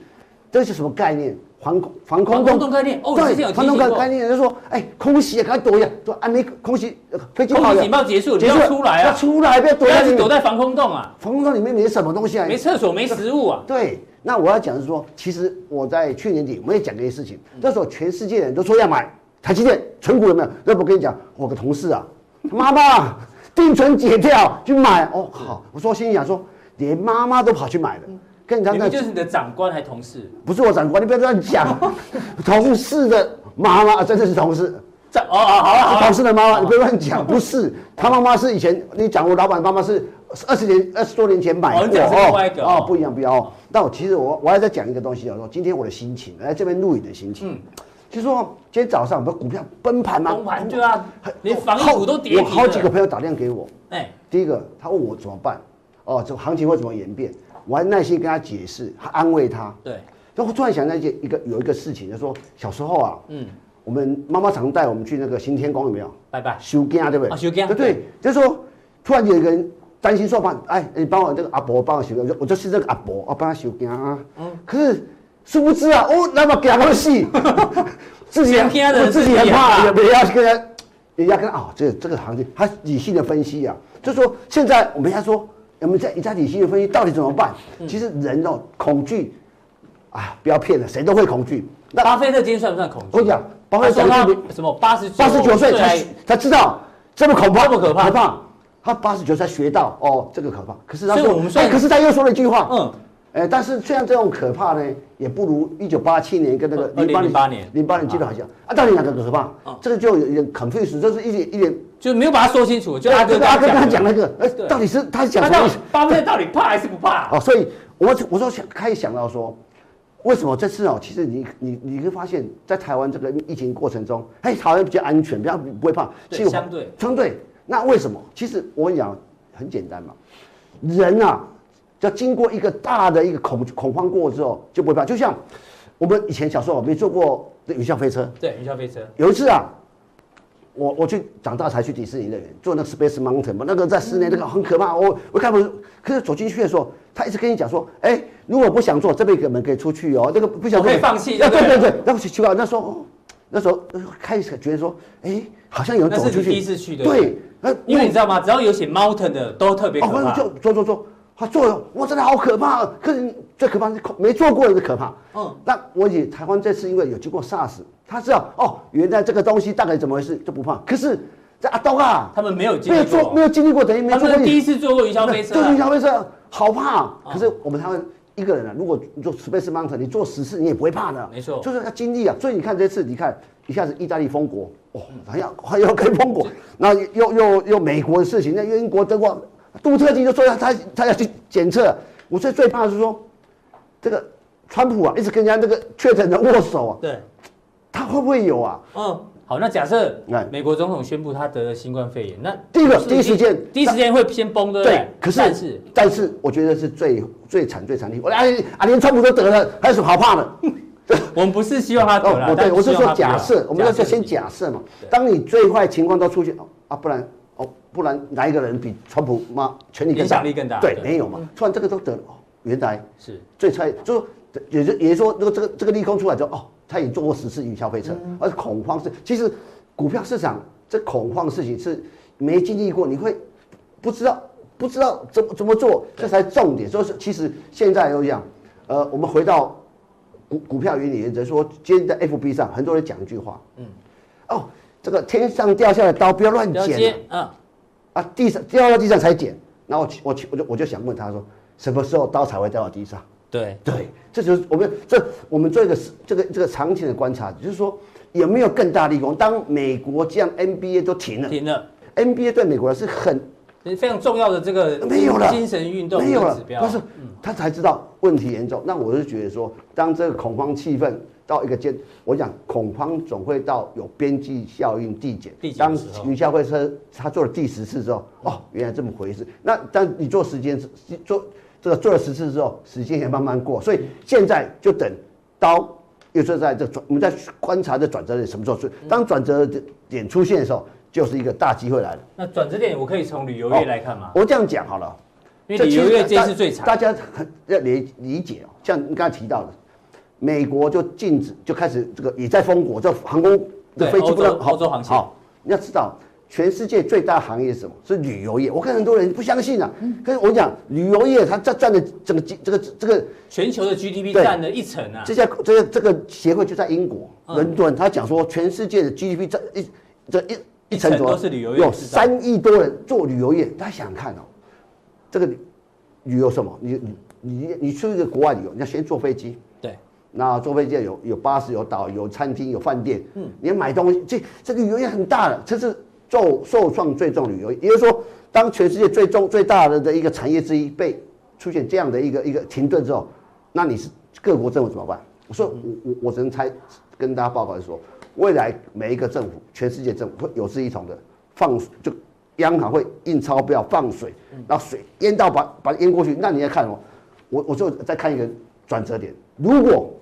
[SPEAKER 2] 这是什么概念？防空防空
[SPEAKER 1] 防空洞概念哦之前有提
[SPEAKER 2] 对，防空
[SPEAKER 1] 醒
[SPEAKER 2] 洞
[SPEAKER 1] 过
[SPEAKER 2] 概念，就说，哎，空袭啊，赶快躲一下，说啊，没空袭，呃飞机
[SPEAKER 1] 空
[SPEAKER 2] 好
[SPEAKER 1] 袭
[SPEAKER 2] 了，
[SPEAKER 1] 警报结束，你
[SPEAKER 2] 结
[SPEAKER 1] 要
[SPEAKER 2] 束
[SPEAKER 1] 出来
[SPEAKER 2] 要
[SPEAKER 1] 啊！
[SPEAKER 2] 出来，不要
[SPEAKER 1] 不
[SPEAKER 2] 躲在
[SPEAKER 1] 要
[SPEAKER 2] 里
[SPEAKER 1] 只
[SPEAKER 2] 面
[SPEAKER 1] 躲。在防空洞啊，
[SPEAKER 2] 防空洞里面没什么东西啊，
[SPEAKER 1] 没厕所，没食物
[SPEAKER 2] <laughs>
[SPEAKER 1] 啊。
[SPEAKER 2] 对，那我要讲的是说，其实我在去年底我们也讲过一件事情，那时候全世界人都说要买台积电存股有没有？那我跟你讲，我有个同事啊，妈妈定存解掉去买哦，好，我说心里想说，连妈妈都跑去买了，跟你讲
[SPEAKER 1] 你
[SPEAKER 2] 那
[SPEAKER 1] 们就是你的长官还同事，
[SPEAKER 2] 不是我长官，你不要乱讲，
[SPEAKER 1] <laughs>
[SPEAKER 2] 同事的妈妈啊真的是同事。
[SPEAKER 1] 长哦哦好了好啊
[SPEAKER 2] 同
[SPEAKER 1] 了，
[SPEAKER 2] 事的妈妈，你不要
[SPEAKER 1] <laughs>
[SPEAKER 2] 乱讲，不是，他妈妈是以前你讲我老板妈妈是二十年二十多年前买
[SPEAKER 1] 哦
[SPEAKER 2] 过
[SPEAKER 1] 你讲是另外一个
[SPEAKER 2] 哦
[SPEAKER 1] 哦，
[SPEAKER 2] 不一样不一样哦。那我其实我我还在讲一个东西，我说今天我的心情，来这边录影的心情，就是说今天早上我们股票崩盘嘛，
[SPEAKER 1] 嗯崩盘对啊
[SPEAKER 2] 很，
[SPEAKER 1] 连防疫股都跌
[SPEAKER 2] 我
[SPEAKER 1] 停了
[SPEAKER 2] 好几个朋友打电话给我，
[SPEAKER 1] 哎，
[SPEAKER 2] 第一个他问我怎么办，哦，这行情会怎么演变，我还耐心跟他解释，还安慰他，
[SPEAKER 1] 对，
[SPEAKER 2] 然后突然想到一件一个有一个事情，就是说小时候啊，
[SPEAKER 1] 嗯，
[SPEAKER 2] 我们妈妈常带我们去那个行天宫，有没有？
[SPEAKER 1] 拜拜。
[SPEAKER 2] 修家对不对？
[SPEAKER 1] 啊收惊
[SPEAKER 2] 对对，就是说突然有一个人担心说帮，哎，你帮我这个阿伯帮我修家，我就我就是这个阿伯，我帮他修家啊。
[SPEAKER 1] 哦
[SPEAKER 2] 可是殊不知啊，哦，那么给
[SPEAKER 1] <laughs>
[SPEAKER 2] 他戏，自己
[SPEAKER 1] 收惊的人
[SPEAKER 2] 我自
[SPEAKER 1] 自
[SPEAKER 2] 己
[SPEAKER 1] 己
[SPEAKER 2] 很
[SPEAKER 1] 也怕
[SPEAKER 2] 怕，也不要跟人家，人家跟啊，这个这个行情，他理性的分析啊，就说现在我们要说，我们在在理性的分析到底怎么办？
[SPEAKER 1] 嗯
[SPEAKER 2] 其实人哦，恐惧啊，不要骗了，谁都会恐惧。那
[SPEAKER 1] 巴菲特今天算不算恐惧？
[SPEAKER 2] 我跟你讲巴菲
[SPEAKER 1] 他
[SPEAKER 2] 特
[SPEAKER 1] 说
[SPEAKER 2] 讲得
[SPEAKER 1] 他什么八十
[SPEAKER 2] 八十九岁才
[SPEAKER 1] 才
[SPEAKER 2] 学才知道这么恐怖，
[SPEAKER 1] 这么可怕
[SPEAKER 2] 可怕。他八十九才学到哦，这个可怕。可是他
[SPEAKER 1] 所以
[SPEAKER 2] 说，
[SPEAKER 1] 我们算
[SPEAKER 2] 哎可是他又说了一句话，
[SPEAKER 1] 嗯
[SPEAKER 2] 嗯，哎，但是虽然这种可怕呢，也不如一九八七年跟那个
[SPEAKER 1] 呃2008年哦
[SPEAKER 2] 零八年记得好像啊，到底哪个可怕？这个就有点 confuse，就是一点一点。
[SPEAKER 1] 就没有把它说清楚，就阿
[SPEAKER 2] 哎
[SPEAKER 1] 哥
[SPEAKER 2] 这个阿哥
[SPEAKER 1] 跟
[SPEAKER 2] 跟
[SPEAKER 1] 他
[SPEAKER 2] 他
[SPEAKER 1] 讲
[SPEAKER 2] 讲
[SPEAKER 1] 的
[SPEAKER 2] 那个，哎
[SPEAKER 1] 对，
[SPEAKER 2] 到底是他讲
[SPEAKER 1] 那到
[SPEAKER 2] 什么意
[SPEAKER 1] 底
[SPEAKER 2] 思？
[SPEAKER 1] 巴菲特到底怕还是不怕？
[SPEAKER 2] 哦，所以我我说想开始想到说，为什么这次哦，其实你你你会发现在台湾这个疫情过程中，哎，台湾比较安全，比较不会怕。
[SPEAKER 1] 对
[SPEAKER 2] 其实我
[SPEAKER 1] 相对
[SPEAKER 2] 相对，那为什么？其实我跟你讲很简单嘛，人啊，要经过一个大的一个恐恐慌过之后，就不会怕。就像我们以前小时候没坐过云霄飞车，
[SPEAKER 1] 对，云霄飞车，
[SPEAKER 2] 有一次啊，我我去长大才去迪士尼乐园，坐那个 Space Mountain 嘛，那个在室内那个很可怕。我我看不，可是走进去的时候，他一直跟你讲说，哎、如果不想做，这边可能可以出去哦，这个不想做
[SPEAKER 1] 我可以放弃
[SPEAKER 2] 啊
[SPEAKER 1] 对
[SPEAKER 2] 对
[SPEAKER 1] 不对
[SPEAKER 2] 对对，那个奇奇怪，那时候哦那时候呃开始觉得说，哎，好像有人
[SPEAKER 1] 那是
[SPEAKER 2] 走出
[SPEAKER 1] 你
[SPEAKER 2] 去，
[SPEAKER 1] 第一次去的
[SPEAKER 2] 对，那
[SPEAKER 1] 因为你知道吗？只要有写 mountain 的都特别可
[SPEAKER 2] 哦，我
[SPEAKER 1] 怕。
[SPEAKER 2] 就做做做，他做了，哇，真的好可怕、啊！可是最可怕是恐没做过的可怕。
[SPEAKER 1] 嗯
[SPEAKER 2] 嗯，那我也台湾这次因为有经过 SARS，他知道哦，原来这个东西大概怎么回事就不怕。可是这阿东啊，
[SPEAKER 1] 他们没有经
[SPEAKER 2] 没有
[SPEAKER 1] 历
[SPEAKER 2] 做没
[SPEAKER 1] 过，
[SPEAKER 2] 有经历过，等于没
[SPEAKER 1] 他
[SPEAKER 2] 做过
[SPEAKER 1] 们
[SPEAKER 2] 也。
[SPEAKER 1] 第一次坐过云霄飞车
[SPEAKER 2] 对，
[SPEAKER 1] 啊
[SPEAKER 2] 云。霄飞车好怕啊、可是我们台湾一个人啊，如果你做 Space Mountain，你做十次你也不会怕的。
[SPEAKER 1] 没错
[SPEAKER 2] 就是要经历啊。所以你看这次，你看一下子意大利封国，哦，还要还要跟
[SPEAKER 1] <laughs>
[SPEAKER 2] 封国，那又又又美国的事情，那英国、德国，杜特地就说他他他要去检测。我最最怕的是说，这个川普啊，一直跟人家那个确诊人握手啊，
[SPEAKER 1] 对，
[SPEAKER 2] 他会不会有啊？
[SPEAKER 1] 嗯，好，那假设
[SPEAKER 2] 哎
[SPEAKER 1] 美国总统宣布他得了新冠肺炎，那
[SPEAKER 2] 第一个
[SPEAKER 1] 是
[SPEAKER 2] 第一时间
[SPEAKER 1] 第一时间会先崩，对不对？
[SPEAKER 2] 可是
[SPEAKER 1] 但是
[SPEAKER 2] 但是我觉得是最最惨最惨的。我啊啊，连川普都得了，还有什么好怕
[SPEAKER 1] <laughs>
[SPEAKER 2] 的？
[SPEAKER 1] 我们不是希望他得
[SPEAKER 2] 哦，
[SPEAKER 1] 了，
[SPEAKER 2] 我对
[SPEAKER 1] 但
[SPEAKER 2] 我
[SPEAKER 1] 希
[SPEAKER 2] 是
[SPEAKER 1] 望
[SPEAKER 2] 说
[SPEAKER 1] 他不要
[SPEAKER 2] 假设，我们要先
[SPEAKER 1] 假
[SPEAKER 2] 假设嘛
[SPEAKER 1] 对。
[SPEAKER 2] 当你最坏情况都出现哦啊，不然哦，不然哪一个人比川普嘛权力更大
[SPEAKER 1] 影响力更大
[SPEAKER 2] 对
[SPEAKER 1] 对，
[SPEAKER 2] 没有嘛。突然这个都得了，哦，原来
[SPEAKER 1] 设是
[SPEAKER 2] 最差就是也就也就是说，如果这个这个利空出来之后，哦，他也做过十次云霄飞车，而且恐慌是其实股票市场这恐慌的事情是没经历过，你会不知道不知道怎么怎么做，这才重点。所以是其实现在又讲，呃，我们回到股股票原理原则，说今天在 FB 上很多人讲一句话，嗯，哦，这个天上掉下来的刀不要乱
[SPEAKER 1] 了
[SPEAKER 2] 捡啊、
[SPEAKER 1] 解，嗯，
[SPEAKER 2] 啊，地上掉到地上才捡。然后我去我去我就我就想问他说，什么时候刀才会掉到地上？
[SPEAKER 1] 对，
[SPEAKER 2] 对，这就是我们这我们做一个是这个这个长期的观察，就是说有没有更大利空？当美国这样 NBA 都停了
[SPEAKER 1] 停了，
[SPEAKER 2] ，NBA 对美国人是很
[SPEAKER 1] 这是非常重要的这个
[SPEAKER 2] 没有了
[SPEAKER 1] 精神运动
[SPEAKER 2] 没有
[SPEAKER 1] 的
[SPEAKER 2] 了
[SPEAKER 1] 指，标，嗯
[SPEAKER 2] 但是他才知道问题严重。那我是觉得说，当这个恐慌气氛到一个阶，我讲恐慌总会到有边际效应递减。
[SPEAKER 1] 递减
[SPEAKER 2] 当
[SPEAKER 1] 的时候
[SPEAKER 2] 云霄飞车他做了第十次之后，哦，原来这么回事。那当你做时间做这个做了十次之后，时间也慢慢过，所以现在就等刀。又是在这转，我们在观察这转折点什么时候出。当转折点出现的时候，就是一个大机会来了。
[SPEAKER 1] 那转折点我可以从旅游业
[SPEAKER 2] 哦
[SPEAKER 1] 来看嘛，
[SPEAKER 2] 我这样讲好了，
[SPEAKER 1] 因为旅游业这次最
[SPEAKER 2] 大
[SPEAKER 1] 惨，
[SPEAKER 2] 家很要理理解哦。像你刚才提到的，美国就禁止，就开始这个也在封国，这航空
[SPEAKER 1] 对
[SPEAKER 2] 的飞机不
[SPEAKER 1] 欧
[SPEAKER 2] 能
[SPEAKER 1] 洲欧洲航线
[SPEAKER 2] 好，你要知道，全世界最大行业是什么？是旅游业。我看很多人不相信啊，
[SPEAKER 1] 嗯
[SPEAKER 2] 可是我讲旅游业，它占占的整个这个这个
[SPEAKER 1] 全球的 GDP
[SPEAKER 2] 对
[SPEAKER 1] 占了一成啊
[SPEAKER 2] 这，家这个这个协会就在英国
[SPEAKER 1] 嗯
[SPEAKER 2] 伦敦，他讲说全世界的 GDP 这一这一
[SPEAKER 1] 一
[SPEAKER 2] 一层
[SPEAKER 1] 层
[SPEAKER 2] 左右
[SPEAKER 1] 都是旅游业
[SPEAKER 2] 有
[SPEAKER 1] 制造
[SPEAKER 2] 三亿多人做旅游业，大家想想看哦，这个旅旅游什么？你你你你去一个国外旅游，你要先坐飞机，
[SPEAKER 1] 对，
[SPEAKER 2] 那坐飞机有有巴士、有岛、有餐厅、有饭店，嗯，你要买东西，这这个旅游业很大了，这是受受创最重的旅游业，也就是说，当全世界最重最大的的一个产业之一被出现这样的一个一个停顿之后，那你是各国政府怎么办？所以我我我只能猜，跟大家报告的是说，未来每一个政府，全世界政府会有志一同的放就央行会印钞票放水，然后水淹到把把它淹过去，那你要看哦，我我就再看一个转折点，如果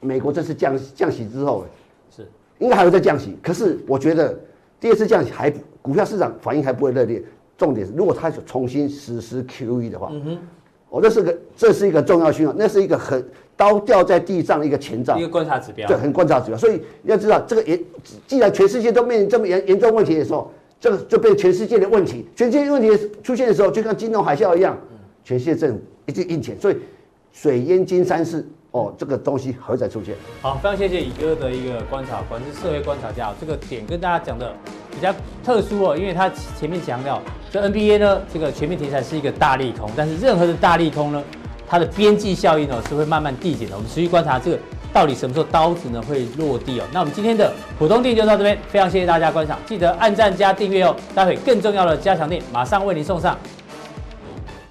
[SPEAKER 2] 美国这次降降息之后，
[SPEAKER 1] 是
[SPEAKER 2] 应该还会再降息。可是我觉得第二次降息还不股票市场反应还不会热烈。重点是，如果它重新实施 QE 的话，
[SPEAKER 1] 嗯
[SPEAKER 2] 哦，这是个这是一个重要讯号，那是一个很刀掉在地上的一个前兆
[SPEAKER 1] 一个。观察指标，
[SPEAKER 2] 对，很观察指标。所以你要知道，这个严，既然全世界都面临这么严严重问题的时候，这个就变全世界的问题。全世界问题出现的时候，就像金融海啸一样，全世界政府一直印钱，所以水淹金山寺，哦，这个东西何再出现？
[SPEAKER 1] 好，非常谢谢乙哥的一个观察，果然是社会观察家哦。这个点跟大家讲的比较特殊哦，因为他前面强调这 NBA 呢，这个全面题材是一个大利空，但是任何的大利空呢，它的边际效应哦是会慢慢递减的。我们持续观察这个到底什么时候刀子呢会落地哦。那我们今天的普通店就到这边，非常谢谢大家观赏，记得按赞加订阅哦。待会更重要的加强店马上为您送上。